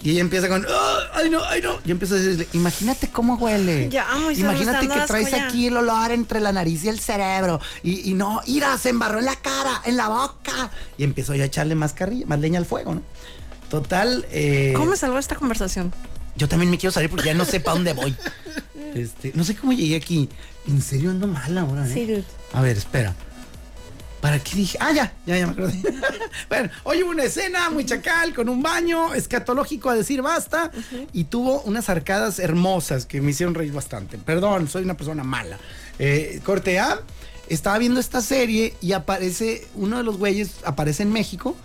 D: y ella empieza con, "Ah, ay no, ay no, yo empiezo a decirle, imagínate cómo huele.
B: Ya, ay, se me está
D: imagínate
B: dando
D: que
B: asco
D: traes
B: ya".
D: aquí el olor entre la nariz y el cerebro, y, y no, ira, se embarró en la cara, en la boca. Y empiezo yo a echarle más carrilla, más leña al fuego, ¿no? Total, eh,
B: ¿Cómo me salvó esta conversación?
D: yo también me quiero salir porque ya no sé para dónde voy. Este, no sé cómo llegué aquí. En serio ando mal ahora, ¿eh?
B: Sí, dude.
D: A ver, espera. ¿Para qué dije? Ah, ya, ya, ya me acordé. bueno, hoy hubo una escena muy chacal con un baño escatológico a decir basta y tuvo unas arcadas hermosas que me hicieron reír bastante. Perdón, soy una persona mala. Eh, corte A, estaba viendo esta serie y aparece, uno de los güeyes aparece en México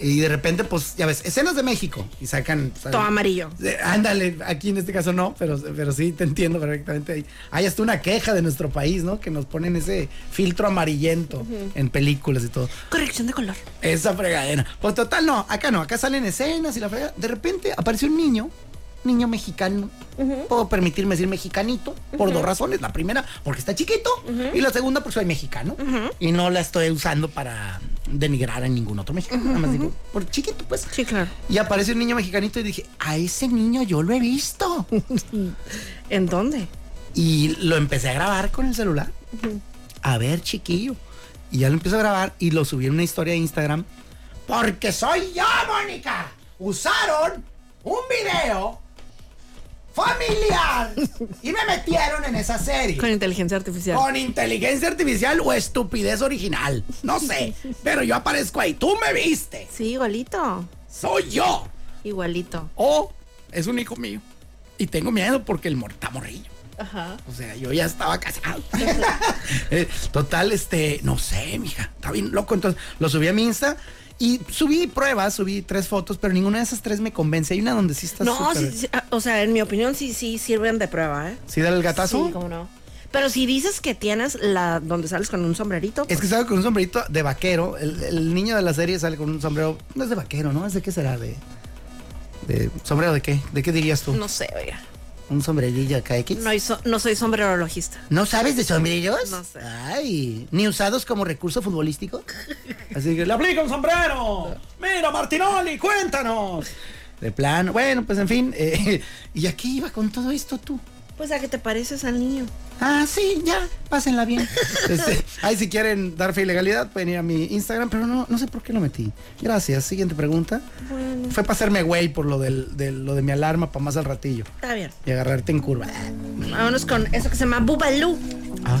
D: y de repente, pues, ya ves, escenas de México y sacan... pues,
B: Todo amarillo.
D: eh, Ándale, aquí en este caso no, pero, pero sí te entiendo perfectamente. Hay, hay hasta una queja de nuestro país, ¿no? Que nos ponen ese filtro amarillento en películas y todo.
B: Corrección de color.
D: Esa fregadera. Pues total, no, acá no, acá salen escenas y la fregada. De repente apareció un niño, niño mexicano. Puedo permitirme decir mexicanito por dos razones. La primera, porque está chiquito. Y la segunda, porque soy mexicano. Y no la estoy usando para denigrar a ningún otro mexicano. Nada más digo, por chiquito, pues.
B: Sí, claro.
D: Y aparece un niño mexicanito y dije, a ese niño yo lo he visto.
B: ¿En dónde?
D: Y lo empecé a grabar con el celular. A ver, chiquillo. Y ya lo empiezo a grabar y lo subí en una historia de Instagram. Porque soy yo, Mónica. Usaron un video familiar y me metieron en esa serie.
B: Con inteligencia artificial.
D: Con inteligencia artificial o estupidez original. No sé. Pero yo aparezco ahí. Tú me viste.
B: Sí, igualito.
D: Soy yo.
B: Igualito.
D: O es un hijo mío. Y tengo miedo porque el morta morrillo.
B: Ajá.
D: O sea, yo ya estaba casado. Eh, Total, este, no sé, mija, está bien loco. Entonces, lo subí a mi Insta y subí pruebas, subí tres fotos, pero ninguna de esas tres me convence. Hay una donde sí está
B: No,
D: súper-
B: sí, sí, ah, o sea, en mi opinión sí, sí sirven de prueba, ¿eh?
D: ¿Sí da el gatazo?
B: Sí, cómo no. Pero si dices que tienes la donde sales con un sombrerito,
D: Es que sale con un sombrerito de vaquero. El, el niño de la serie sale con un sombrero. No es de vaquero, ¿no? ¿Es de qué será? ¿De, de sombrero de qué? ¿De qué dirías tú?
B: pues, no sé, oiga.
D: Un sombrerillo acá X.
B: No, hay so- no soy sombrerologista.
D: ¿No sabes de sombreros?
B: No sé.
D: Ay, ni usados como recurso futbolístico. Así que le
E: ¡Aplica un sombrero! ¡Mira, Martinoli, cuéntanos!
D: De plano. Bueno, pues en fin. eh, ¿Y a qué iba con todo esto tú?
B: Pues a que te pareces al niño.
D: Ah, sí, ya, pásenla bien. Este, ahí si quieren dar fe y legalidad, pueden ir a mi Instagram, pero no, no sé por qué lo metí. Gracias, siguiente pregunta. Fue para hacerme güey por lo, del, de, lo de mi alarma para más al ratillo
B: Está bien.
D: y agarrarte en curva.
B: Vámonos con eso que se llama Bubalú.
D: Ah,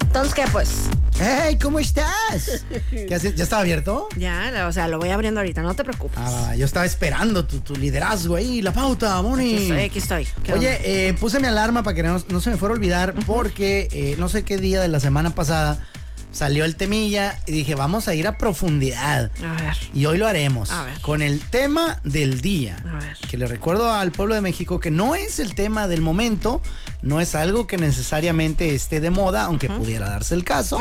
B: Entonces, ¿qué pues?
D: ¡Hey! ¿Cómo estás? ¿Qué haces? ¿Ya estaba abierto?
B: Ya, la- o sea, lo voy abriendo ahorita, no te preocupes.
D: Ah, yo estaba esperando tu, tu liderazgo ahí, la pauta, Moni.
B: Aquí estoy, aquí estoy. ¿Qué onda?
D: Oye, eh, puse mi alarma para que no, no se me fuera a olvidar porque eh, no sé qué día de la semana pasada salió el temilla y dije, vamos a ir a profundidad.
B: A ver.
D: Y hoy lo haremos
B: A ver.
D: con el tema del día.
B: A ver.
D: Que le recuerdo al pueblo de México que no es el tema del momento, no es algo que necesariamente esté de moda, aunque pudiera darse el caso.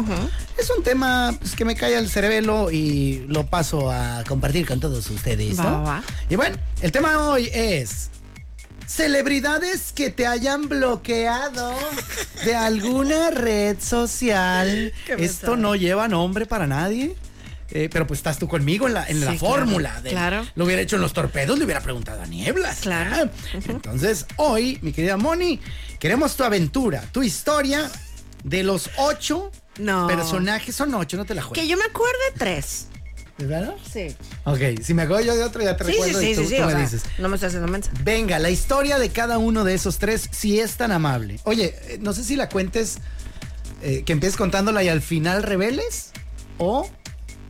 D: Es un tema pues, que me cae al cerebelo y lo paso a compartir con todos ustedes.
B: Va,
D: ¿no?
B: va, va.
D: Y bueno, el tema de hoy es celebridades que te hayan bloqueado de alguna red social.
B: Qué
D: Esto
B: mensaje.
D: no lleva nombre para nadie. eh, pero pues estás tú conmigo en la, en la
B: Sí, claro,
D: fórmula. de-
B: claro.
D: Lo hubiera hecho en los torpedos, le hubiera preguntado a Nieblas.
B: Claro.
D: ¿verdad? Entonces, hoy, mi querida Moni, queremos tu aventura, tu historia de los ocho
B: No.
D: personajes. Son ocho, no te la
B: Que
D: juegues.
B: yo me acuerdo de tres.
D: ¿De verdad?
B: Sí.
D: Ok, si me acuerdo yo de otro, ya te
B: Sí, sí,
D: recuerdo y
B: sí,
D: tú-
B: sí, sí.
D: tú
B: o
D: me
B: sea,
D: dices.
B: no me estás haciendo mensa.
D: Venga, la historia de cada uno de esos tres, si es tan amable. Oye, eh, no sé si la cuentes, eh, que empieces contándola y al final reveles, o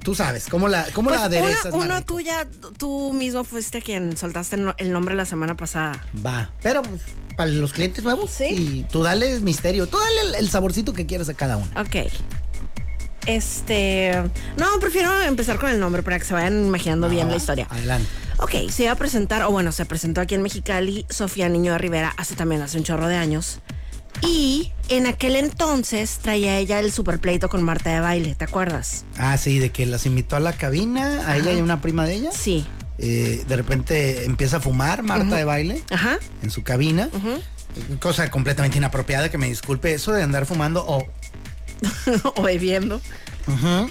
D: tú sabes, ¿cómo la, cómo
B: Pues
D: la aderezas?
B: uno, uno
D: Marrita?
B: tú ya, tú mismo fuiste quien soltaste el no- el nombre la semana pasada.
D: Va, pero pues, para los clientes nuevos,
B: Sí.
D: Y tú dale misterio, tú dale el, el saborcito que quieras a cada uno.
B: Ok. Este. No, prefiero empezar con el nombre para que se vayan imaginando bien la historia.
D: Ah, Adelante.
B: Ok, se iba a presentar, o bueno, se presentó aquí en Mexicali Sofía Niño de Rivera hace también hace un chorro de años. Y en aquel entonces traía ella el super pleito con Marta de baile, ¿te acuerdas?
D: Ah, sí, de que las invitó a la cabina, a ella y a una prima de ella.
B: Sí.
D: Eh, de repente empieza a fumar Marta de baile
B: Ajá.
D: en su cabina. Cosa completamente inapropiada, que me disculpe eso de andar fumando o
B: o bebiendo.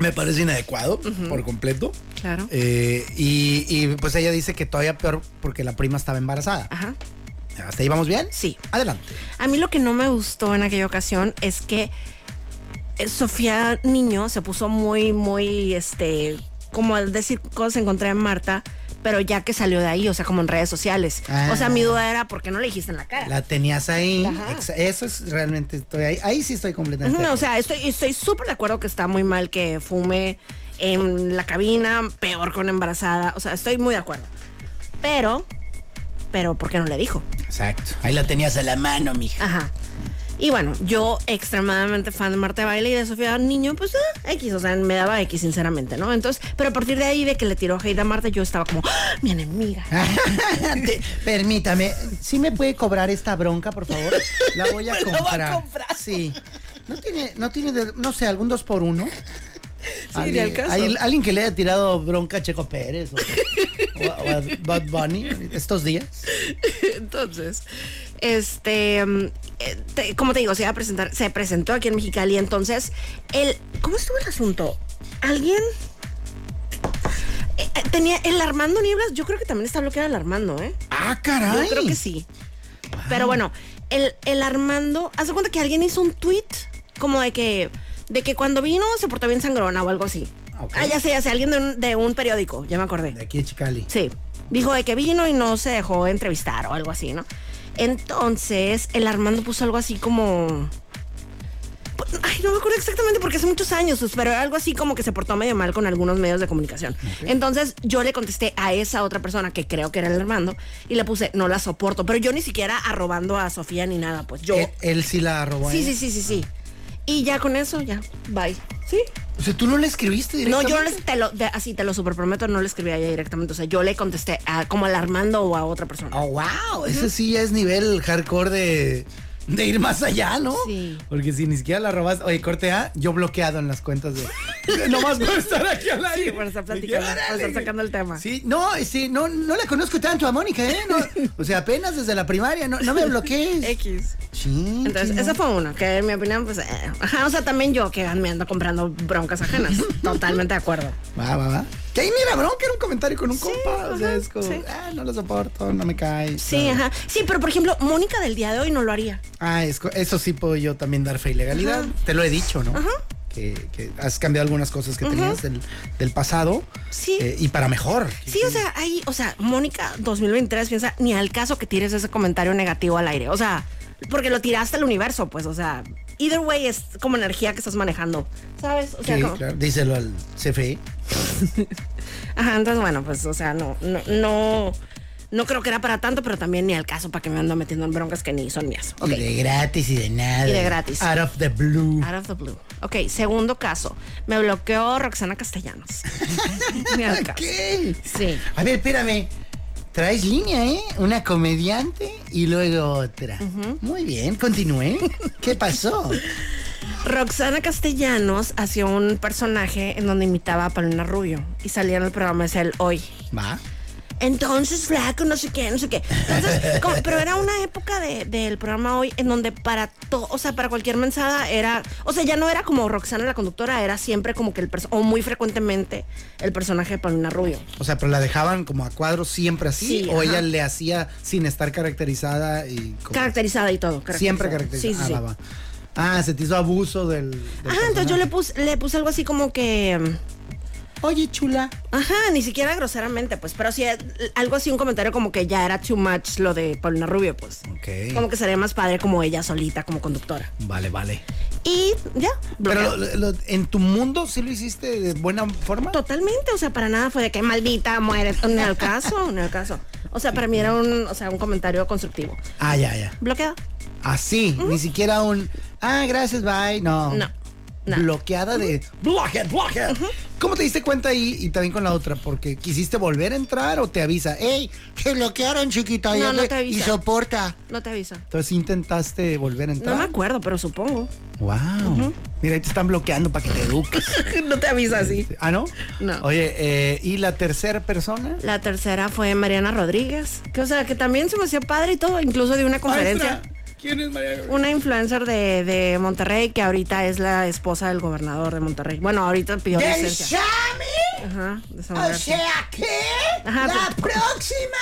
D: me parece inadecuado por completo.
B: Claro.
D: Eh, y, y, pues ella dice que todavía peor porque la prima estaba embarazada.
B: Ajá. Ah.
D: ¿Hasta ahí vamos bien?
B: Sí.
D: Adelante.
B: A mí lo que no me gustó en aquella ocasión es que eh, Sofía Niño se puso muy, muy, este, como al decir cosas en contra de Marta, pero ya que salió de ahí, o sea, como en redes sociales.
D: Ah.
B: O sea, mi duda era, ¿por qué no le dijiste en la cara?
D: La tenías ahí.
B: Ajá.
D: Ex- Eso es realmente estoy ahí. Ahí sí estoy completamente.
B: Ujú,
D: de
B: o
D: acuerdo.
B: sea, estoy estoy súper de acuerdo que está muy mal que fume en la cabina, peor con embarazada. O sea, estoy muy de acuerdo. Pero, pero, ¿por qué no le dijo?
D: Exacto. Ahí la tenías a la mano, mija.
B: Ajá. Y bueno, yo extremadamente fan de Marta de Baile y de Sofía Niño, pues ah, X, o sea, me daba X, sinceramente, ¿no? Entonces, pero a partir de ahí de que le tiró hate a Marta, yo estaba como, ¡Ah, mi enemiga.
D: Te- permítame, ¿sí me puede cobrar esta bronca, por favor? La voy a
B: Me la va a
D: comprar.
B: comprar.
D: Sí. No tiene, no tiene, de- no sé, algún dos por uno.
B: ni al caso.
D: hay alguien que le haya tirado bronca a Checo Pérez o, o a- o a Bad Bunny estos días.
B: Entonces, este, mm, eh, te- como te digo, se iba a presentar, se presentó aquí en Mexicali, entonces, el, ¿cómo estuvo el asunto? ¿Alguien? Eh, eh, Tenía el Armando Nieblas, yo creo que también está bloqueado el Armando, ¿eh?
D: Ah,
B: Yo
D: caray.
B: creo que sí. Pero bueno, el, el Armando, hace cuenta que alguien hizo un tweet como de que de que cuando vino se portó bien sangrona o algo así.
D: Ok.
B: Ah, ya sé, ya sé, alguien de un, de un periódico, ya me acordé.
D: De aquí de Chicali.
B: Sí. Dijo de que vino y no se dejó entrevistar o algo así, ¿no? Entonces, el Armando puso algo así como. pues, Ay, no me acuerdo exactamente porque hace muchos años, pues, pero era algo así como que se portó medio mal con algunos medios de comunicación. Entonces, yo le contesté a esa otra persona que creo que era el Armando y le puse, no la soporto, pero yo ni siquiera arrobando a Sofía ni nada, pues yo.
D: Él, él sí la robó.
B: sí,
D: ¿eh?
B: sí, sí, sí, sí. Y ya con eso, ya, bye. Sí.
D: O sea, tú no le escribiste
B: No,
D: directamente.
B: yo les- te lo, de- así te lo super prometo, no le escribí a ella directamente. O sea, yo le contesté a, como al Armando o a otra persona.
D: Oh, wow. Ese sí ya es nivel hardcore de, de ir más allá, ¿no?
B: Sí.
D: Porque si ni siquiera la robas. Oye, corte A, yo bloqueado en las cuentas de,
F: Nomás por estar aquí al aire.
B: Sí, por estar platicando, por estar sacando el tema.
D: Sí, no, sí, no, no la conozco tanto a Mónica, ¿eh? No, o sea, apenas desde la primaria, no, no me bloquees.
B: X.
D: Sí,
B: Entonces, esa fue una, que en mi opinión, pues, eh, ajá, o sea, también yo que me ando comprando broncas ajenas. Totalmente de acuerdo.
D: Va, va, va.
F: Que ahí mira, bronca era un comentario con un compa. O sea,
B: ajá,
F: es como,
B: sí.
F: ah, no lo soporto, no me cae.
B: Sí, ajá. Sí, pero por ejemplo, Mónica del día de hoy no lo haría.
D: Ah, es co- eso sí puedo yo también dar fe y legalidad. Te lo he dicho, ¿no?
B: Ajá.
D: Que, que has cambiado algunas cosas que tenías del, del pasado.
B: Sí.
D: eh, y para mejor.
B: Sí, o sea, ahí, o sea, Mónica 2023 piensa, ni al caso que tires ese comentario negativo al aire. O sea, porque lo tiraste al universo, pues, o sea, either way es como energía que estás manejando, ¿sabes? O sea,
D: Sí,
B: como-
D: claro, díselo al E. CFE.
B: Ajá, entonces, bueno, pues, o sea, no, no, no, no creo que era para tanto, pero también ni al caso para que me ando metiendo en broncas que ni son mías. Ok.
D: Y de gratis y de nada.
B: Y de gratis.
D: Out of the blue.
B: Out of the blue. Ok, segundo caso. Me bloqueó Roxana Castellanos. Ni al caso.
D: ¿Qué?
B: Sí.
D: A ver, espérame. Traes línea, ¿eh? Una comediante y luego otra. Muy bien, continúe. ¿Qué pasó?
B: Roxana Castellanos hacía un personaje en donde imitaba a Paulina Rubio y salía en el programa ese el hoy.
D: Va.
B: Entonces, flaco, no sé qué, no sé qué. Entonces, como- pero era una época de- del programa hoy en donde para todo, o sea, para cualquier mensada era, o sea, ya no era como Roxana la conductora, era siempre como que el perso- o muy frecuentemente el personaje de Paulina Rubio.
D: O sea, pero la dejaban como a cuadros siempre así.
B: Sí,
D: o
B: ajá.
D: ella le hacía sin estar caracterizada y. como-
B: Caracterizada y todo.
D: Siempre caracterizada.
B: Sí, sí, sí.
D: Ah, va, va. Ah, se te hizo abuso del. del
B: Ajá, entonces yo
D: personaje.
B: le puse, le puse algo así como que.
D: Oye, chula.
B: Ajá, ni siquiera groseramente, pues, pero sí eh, algo así, un comentario como que ya era too much lo de Paulina Rubio, pues.
D: Ok.
B: Como que sería más padre como ella solita, como conductora.
D: Vale, vale.
B: Y ya.
D: Pero
B: bloqueado.
D: lo- lo- en tu mundo sí lo hiciste de buena forma.
B: Totalmente, o sea, para nada fue de que maldita muere. En el caso, en el caso. O sea, para mí era un, o sea, un comentario constructivo.
D: Ah, ya, ya.
B: Bloqueado.
D: Así, ni siquiera un. Ah, gracias, bye. No.
B: No, no.
D: Bloqueada de. Blockhead, blockhead. ¿Cómo te diste cuenta ahí y también con la otra? Porque quisiste volver a entrar o te avisa. ¡Ey! Te bloquearon, chiquita.
B: No,
D: ya
B: no
D: ve-
B: te avisa.
D: Y soporta.
B: No te aviso.
D: Entonces intentaste volver a
B: No
D: entrar.
B: me acuerdo, pero supongo.
D: Wow. Mira, ahí te están bloqueando para que te eduques.
B: no te avisa así.
D: ¿Ah, no?
B: No.
D: Oye, eh, ¿y la tercera persona?
B: La tercera fue Mariana Rodríguez, que o sea, que también se me hacía padre y todo, incluso de una conferencia.
F: ¿Quién es María Gabriela?
B: Una influencer de, de Monterrey que ahorita es la esposa del gobernador de Monterrey. Bueno, ahorita pidió
D: ¡Del
B: licencia.
D: Shami!
B: Ajá, de San
D: O
B: García.
D: sea que
B: Ajá, pues.
D: la
B: tú-
D: próxima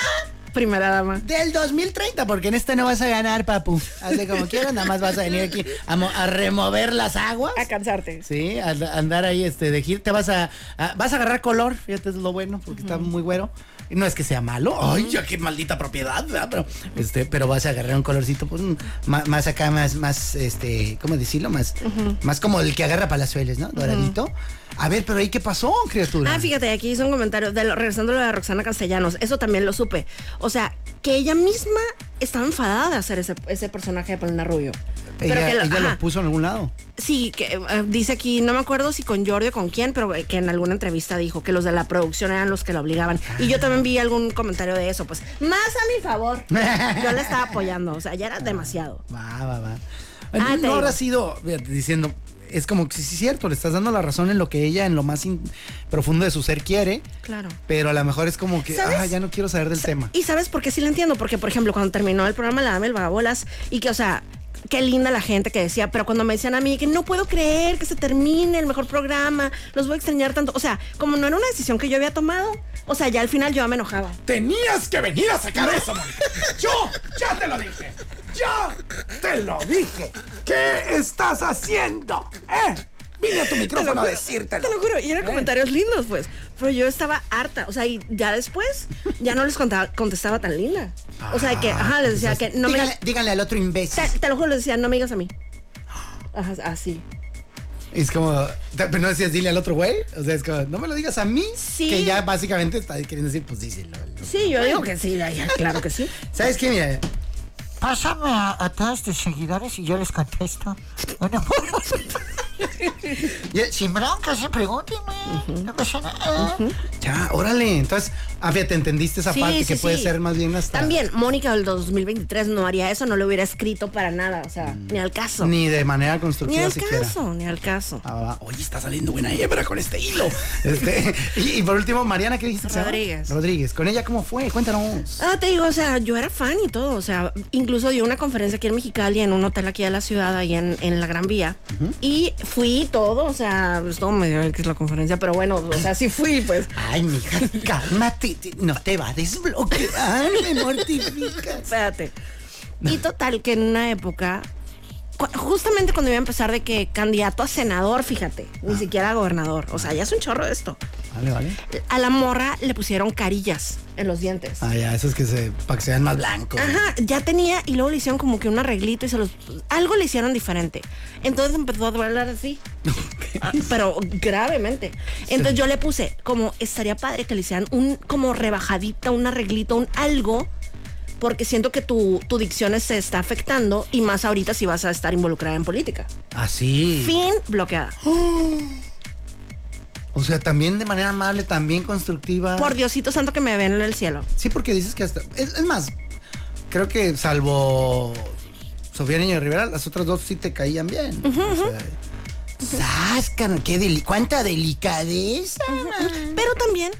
B: Primera dama.
D: del 2030, porque en esta no vas a ganar, papu. Hazle como quieras, nada más vas a venir aquí a, mo- a remover las aguas.
B: A cansarte.
D: Sí, a, a andar ahí este, de gira. Te vas a, a- vas a agarrar color, fíjate, es lo bueno, porque está muy güero. Y No es que sea malo, ay, ya qué maldita propiedad, ¿verdad? Pero, este, pero vas a agarrar un colorcito pues, mm, ma- más, acá, más, más, este, ¿cómo decirlo? Más, más como el que agarra palazuelos, ¿no? Doradito. A ver, pero ahí qué pasó, criatura.
B: Ah, fíjate, aquí hizo un comentario de lo- regresando a lo de Roxana Castellanos. Eso también lo supe. O sea, que ella misma estaba enfadada de hacer ese, ese personaje de Paulina Rubio. Pero
D: Ella,
B: que lo-
D: ella
B: ajá.
D: lo puso en algún lado.
B: Sí, que eh, dice aquí, no me acuerdo si con Jordi o con quién, pero eh, que en alguna entrevista dijo que los de la producción eran los que la obligaban. Y yo también vi algún comentario de eso, pues, más a mi favor. Yo la estaba apoyando, o sea, ya era demasiado.
D: Va, va, va.
B: Ah, te
D: no habrá
B: digo.
D: sido fíjate, diciendo, es como que sí, sí, es cierto, le estás dando la razón en lo que ella en lo más in- profundo de su ser quiere.
B: Claro.
D: Pero a lo mejor es como que,
B: ¿Sabes?
D: ah, ya no quiero saber del tema.
B: Y sabes por qué sí la entiendo, porque por ejemplo, cuando terminó el programa La Dame el Vagabolas, y que, o sea, qué linda la gente que decía, pero cuando me decían a mí que no puedo creer que se termine el mejor programa, los voy a extrañar tanto. O sea, como no era una decisión que yo había tomado, o sea, ya al final yo ya me enojaba.
F: Tenías que venir a sacar eso, Mónica. Yo ya te lo dije. Ya te lo dije. ¿Qué estás haciendo? ¿Eh? Vine a tu micrófono a decírtelo.
B: Te lo juro, y eran comentarios lindos, pues. Pero yo estaba harta, o sea, y ya después ya no les contaba- contestaba tan linda. O sea, que,
D: Ah,
B: ajá, les decía que no me...
D: díganle, díganle al otro imbécil.
B: Te, te lo juro, les decía, no me digas a mí. Ajá, así.
D: Es como, te- pero no decías dile al otro güey. O sea, es como, no me lo digas a mí.
B: Sí.
D: Que ya básicamente está queriendo decir, pues díselo.
B: Sí, yo digo que sí, ya, ya, claro que sí.
D: ¿Sabes qué? Mira,
G: Pásame a, a todos tus seguidores y yo les contesto. Bueno, sin broncas, sí, pregúntenme. No pasa nada.
D: ya, órale. Entonces, Ah, fíjate, entendiste esa
B: Sí,
D: parte
B: sí,
D: que puede
B: sí.
D: ser más bien hasta.
B: También, Mónica del 2023 no haría eso, no lo hubiera escrito para nada, o sea, ni al caso. Ni,
D: Mm. Ni de manera constructiva
B: al
D: siquiera. Ah.
B: caso, ni al caso.
D: Ahora, oye, está saliendo buena hebra con este hilo. Este, y, y por último, Mariana, ¿qué dijiste? que se llama?
B: Rodríguez.
D: Rodríguez. ¿Con ella cómo fue? Cuéntanos.
B: Ah, te digo, o sea, yo era fan y todo, o sea, incluso dio una conferencia aquí en Mexicali, en un hotel aquí de la ciudad, ahí en, en la Gran Vía, y fui todo, o sea, pues, todo medio que es la conferencia, pero bueno, o sea, sí fui, pues,
D: Ay, mija, cálmate. te- No te va a desbloquear, me mortificas.
B: espérate. Y total, que en una época, cu- justamente cuando iba a empezar de que candidato a senador, fíjate, ni siquiera a gobernador, o sea, ya es un chorro esto.
D: Vale, vale.
B: A la morra le pusieron carillas en los dientes.
D: Ah, ya, esos que se. para que se vean más blancos.
B: Ajá, ya tenía y luego le hicieron como que un arreglito y se los algo le hicieron diferente. Entonces empezó a hablar así, Ah, pero gravemente. Entonces yo le puse como estaría padre que le hicieran un como rebajadita, un arreglito, un algo porque siento que tu, tu dicción se está afectando y más ahorita si vas a estar involucrada en política.
D: Ah, Así.
B: Fin bloqueada.
D: O sea, también de manera amable, también constructiva.
B: Por Diosito santo que me ven en el cielo.
D: Sí, porque dices que hasta. Es, es más, creo que salvo Sofía Niño de Rivera, las otras dos sí te caían bien. O sea,
G: Sáscano, qué deli- cuánta delicadeza.
B: Pero también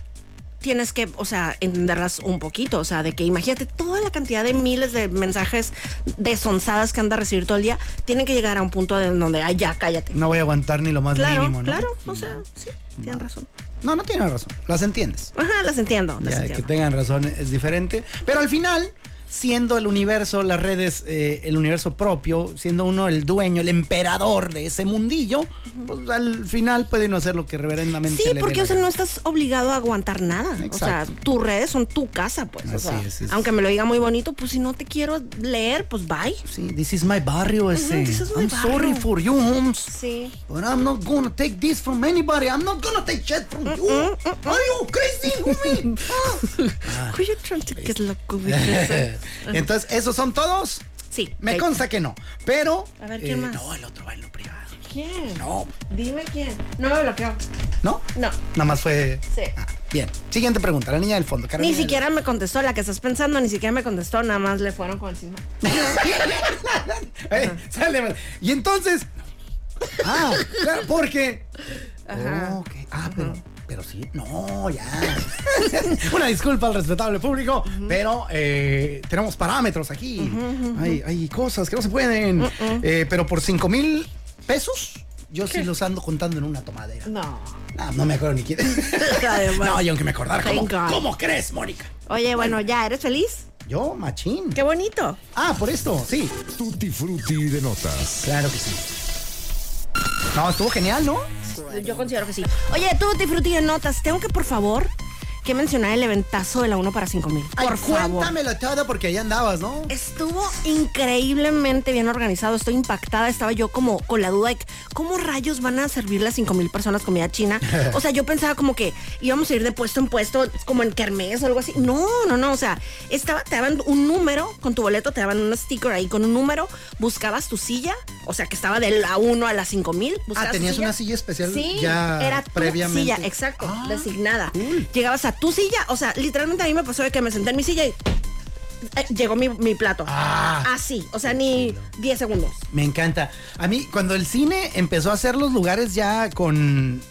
B: tienes que, o sea, entenderlas un poquito. O sea, de que imagínate toda la cantidad de miles de mensajes desonzadas que anda a recibir todo el día. Tienen que llegar a un punto de donde, ay, ya, cállate.
D: no voy a aguantar ni lo más
B: claro,
D: mínimo, ¿no?
B: claro. O sea, sí, tienen razón.
D: No, no tienes razón. Las entiendes.
B: Ajá, las entiendo. Las
D: Ya, que
B: entiendo.
D: tengan razón es diferente. Pero al final, siendo el universo, las redes, eh, el universo propio, siendo uno el dueño, el emperador de ese mundillo, pues al final puede uno hacer lo que reverendamente
B: Sí,
D: le dé
B: porque
D: la
B: o sea,
D: gana.
B: no estás obligado a aguantar nada. O sea,
D: Exacto.
B: tus redes son tu casa, pues. o
D: Así
B: sea,
D: es, es.
B: Aunque me lo diga muy bonito, pues si no te quiero leer, pues bye.
D: Sí, this is my barrio ese.
B: this is my
D: I'm sorry
B: barrio.
D: for you, homes.
B: Sí.
D: But I'm not gonna take this from anybody. I'm not gonna take shit from
B: Mm,
D: you. Are you crazy, homie? Ah,
B: Who you trying to get loco with this?
D: Entonces, ¿esos son todos?
B: Sí.
D: Me
B: ahí-
D: consta que no. Pero. eh,
B: A ver, ¿quién más?
D: No, el otro va en lo privado.
B: ¿Quién?
D: No.
B: Dime quién. No me bloqueó.
D: ¿No?
B: No.
D: Nada más fue.
B: Sí.
D: Ah, bien. Siguiente pregunta. La niña del fondo. Carolina
B: Ni
D: del-
B: siquiera me contestó, la que estás pensando, ni siquiera me contestó, nada más le fueron con el chisme.
D: Eh, sale mal. Y entonces. Ah, claro, porque. Ok. Ah, pero. Pero sí, no, ya. Una disculpa al respetable público, pero eh, tenemos parámetros aquí. hay, hay cosas que no se
B: Mm,
D: pueden. Eh, pero por 5 mil pesos, yo sí los ando contando en una tomadera. Ah,
B: No.
D: No, no me acuerdo ni quién.
B: Además.
D: no, y aunque me acordara, ¿cómo,
B: Thank God.
D: cómo crees, Mónica?
B: Oye, bueno, ya, ¿eres feliz?
D: Yo, machín.
B: Qué bonito.
D: Ah, por esto, sí.
H: Tutti frutti de notas.
D: Claro que sí. No, estuvo genial, ¿no?
B: Yo considero que sí. Oye, tú disfrutí de notas. Tengo que, por favor, que mencionar el eventazo de la 1 para 5000. Por
D: Ay,
B: favor. Eh,
D: cuéntamelo todo porque ahí andabas, ¿no?
B: Estuvo increíblemente bien organizado, estoy impactada, estaba yo como con la duda de cómo rayos van a servir las 5000 personas comida china. O sea, yo pensaba como que íbamos a ir de puesto en puesto, como en kermés o algo así. No, no, no, o sea, estaba, te daban un número, con tu boleto te daban un sticker ahí con un número, buscabas tu silla, o sea, que estaba de la 1 a pues, la 5000. buscabas
D: Ah,
B: tu
D: ¿tenías una silla especial
B: Sí,
D: ya
B: era tu
D: previamente?
B: silla, exacto,
D: Ah,
B: designada.
D: cool.
B: Llegabas a tu silla, o sea, literalmente a mí me pasó de que me senté en mi silla y eh, llegó mi, mi plato.
D: Ah.
B: Así, o sea, ni 10 segundos.
D: Me encanta. A mí, cuando el cine empezó a hacer los lugares ya con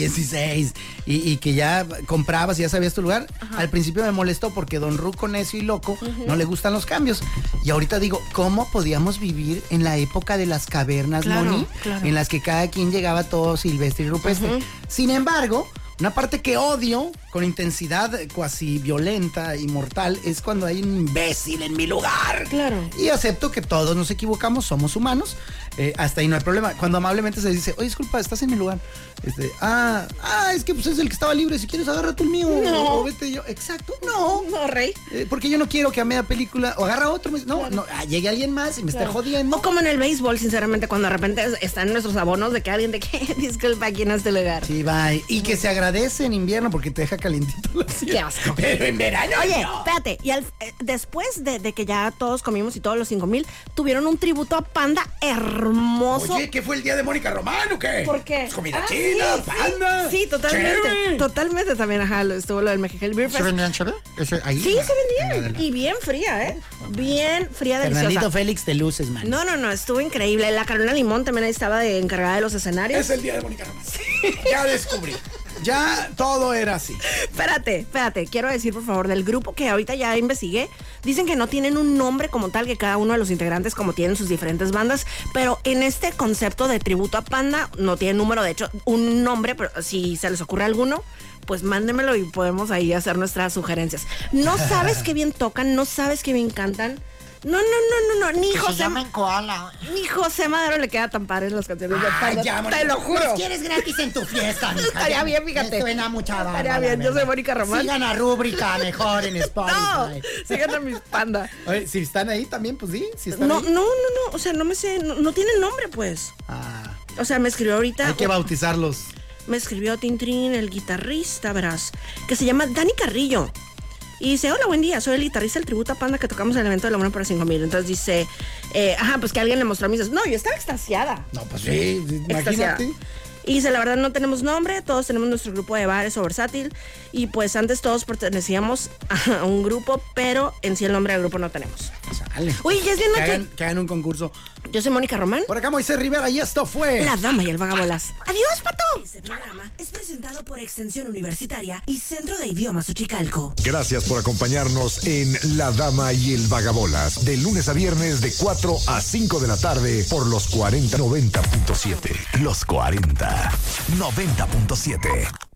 D: F16 y, y que ya comprabas y ya sabías tu lugar, al principio me molestó porque Don Ruco, necio y loco, no le gustan los cambios. Y ahorita digo, ¿cómo podíamos vivir en la época de las cavernas,
B: Claro,
D: Moni?
B: claro.
D: En las que cada quien llegaba todo silvestre y rupestre. Sin embargo... Una parte que odio con intensidad cuasi violenta y mortal es cuando hay un imbécil en mi lugar.
B: Claro.
D: Y acepto que todos nos equivocamos, somos humanos. eh, hasta ahí no hay problema. Cuando amablemente se dice, oye, disculpa, estás en mi lugar. Este, ah, ah, es que pues es el que estaba libre. Si quieres, agarra tú el mío.
B: No.
D: O vete yo. Exacto, no.
B: No, rey.
D: Eh, porque yo no quiero que a media película o agarra otro. me dice, No, no, ah, llegue alguien más y me está jodiendo.
B: No como en el béisbol, sinceramente, cuando de repente es- están nuestros abonos de que alguien de que disculpa aquí en este lugar.
D: Sí, bye. Y que se agradece en invierno porque te deja calientito la silla.
B: Qué asco.
D: Pero en verano.
B: Oye,
D: no.
B: espérate, y al- eh, después de, de que ya todos comimos y todos los 5000, tuvieron un tributo a Panda hermoso.
F: Oye, ¿qué fue el día de Mónica Román o qué?
B: ¿Por qué?
F: Pues comida
B: Ah,
F: china,
B: sí, sí,
F: panda.
B: Sí, totalmente.
F: chévere.
B: Totalmente también, ajá, lo- estuvo lo del Mexicali Beer
G: ¿Se
B: Fest.
G: vendían chévere? Ese, ahí.
B: Sí, se vendía. Y bien fría, ¿eh? Bien fría,
D: Fernandito
B: deliciosa.
D: Félix, te luces, man.
B: No, no, no, estuvo increíble. La Carolina Limón también ahí estaba de- encargada de los escenarios.
F: Es el día de Mónica Román. Ya descubrí.
E: Ya todo era así.
B: Espérate, espérate, quiero decir por favor del grupo que ahorita ya investigué, dicen que no tienen un nombre como tal que cada uno de los integrantes como tienen sus diferentes bandas, pero en este concepto de tributo a Panda no tiene número, de hecho un nombre, pero si se les ocurre alguno, pues mándenmelo y podemos ahí hacer nuestras sugerencias. No sabes qué bien tocan, no sabes qué bien cantan. No, no, no, no, no, ni
G: Que se
B: José,
G: llaman koala.
B: ni José Madero le queda tan padres las canciones de
C: Ay,
B: Panda.
C: ya,
B: te
C: Mónica,
B: lo juro.
C: Los quieres gratis en tu fiesta, mija.
B: Estaría
C: Ya,
B: bien, fíjate.
C: me Suena mucha
B: Estaría
C: barba, la
B: bien, yo soy
C: verdad.
B: Mónica Román.
C: Sigan a rúbrica mejor en Spotify.
B: No, sigan a mis pandas.
D: Oye, si están ahí también, pues sí, si están
B: No, no,
D: ahí.
B: no, no, o sea, no me sé, no, no tiene nombre, pues.
D: Ah,
B: O sea, me escribió
D: hay
B: ahorita,
D: que bautizarlos.
B: me escribió Tintrin, el guitarrista, verás, que se llama Dani Carrillo. Y dice, hola, buen día, soy el guitarrista del tributo a Panda que tocamos en el evento de la 1 para 5 mil. Entonces dice, eh, ajá, pues que alguien le mostró a mí. Dice, No, yo estaba extasiada.
D: No, pues sí, sí,
B: Extasiada.
D: imagínate.
B: Y dice, la verdad no tenemos nombre, todos tenemos nuestro grupo de bares o versátil. Y pues antes todos pertenecíamos a un grupo, pero en sí el nombre del grupo no tenemos.
D: Sale.
B: Uy, ya es bien
D: que
B: noche.
D: hagan, que hagan un concurso.
B: Yo soy Mónica Román,
D: Por acá Moisés Rivera y esto fue.
B: la dama y el vagabolas. Adiós, pato.
A: Este programa es presentado por Extensión Universitaria y Centro de Idiomas Uchicalco.
H: Gracias por acompañarnos en La Dama y el Vagabolas, de lunes a viernes de 4 a 5 de la tarde por los 4090.7. Los 4090.7.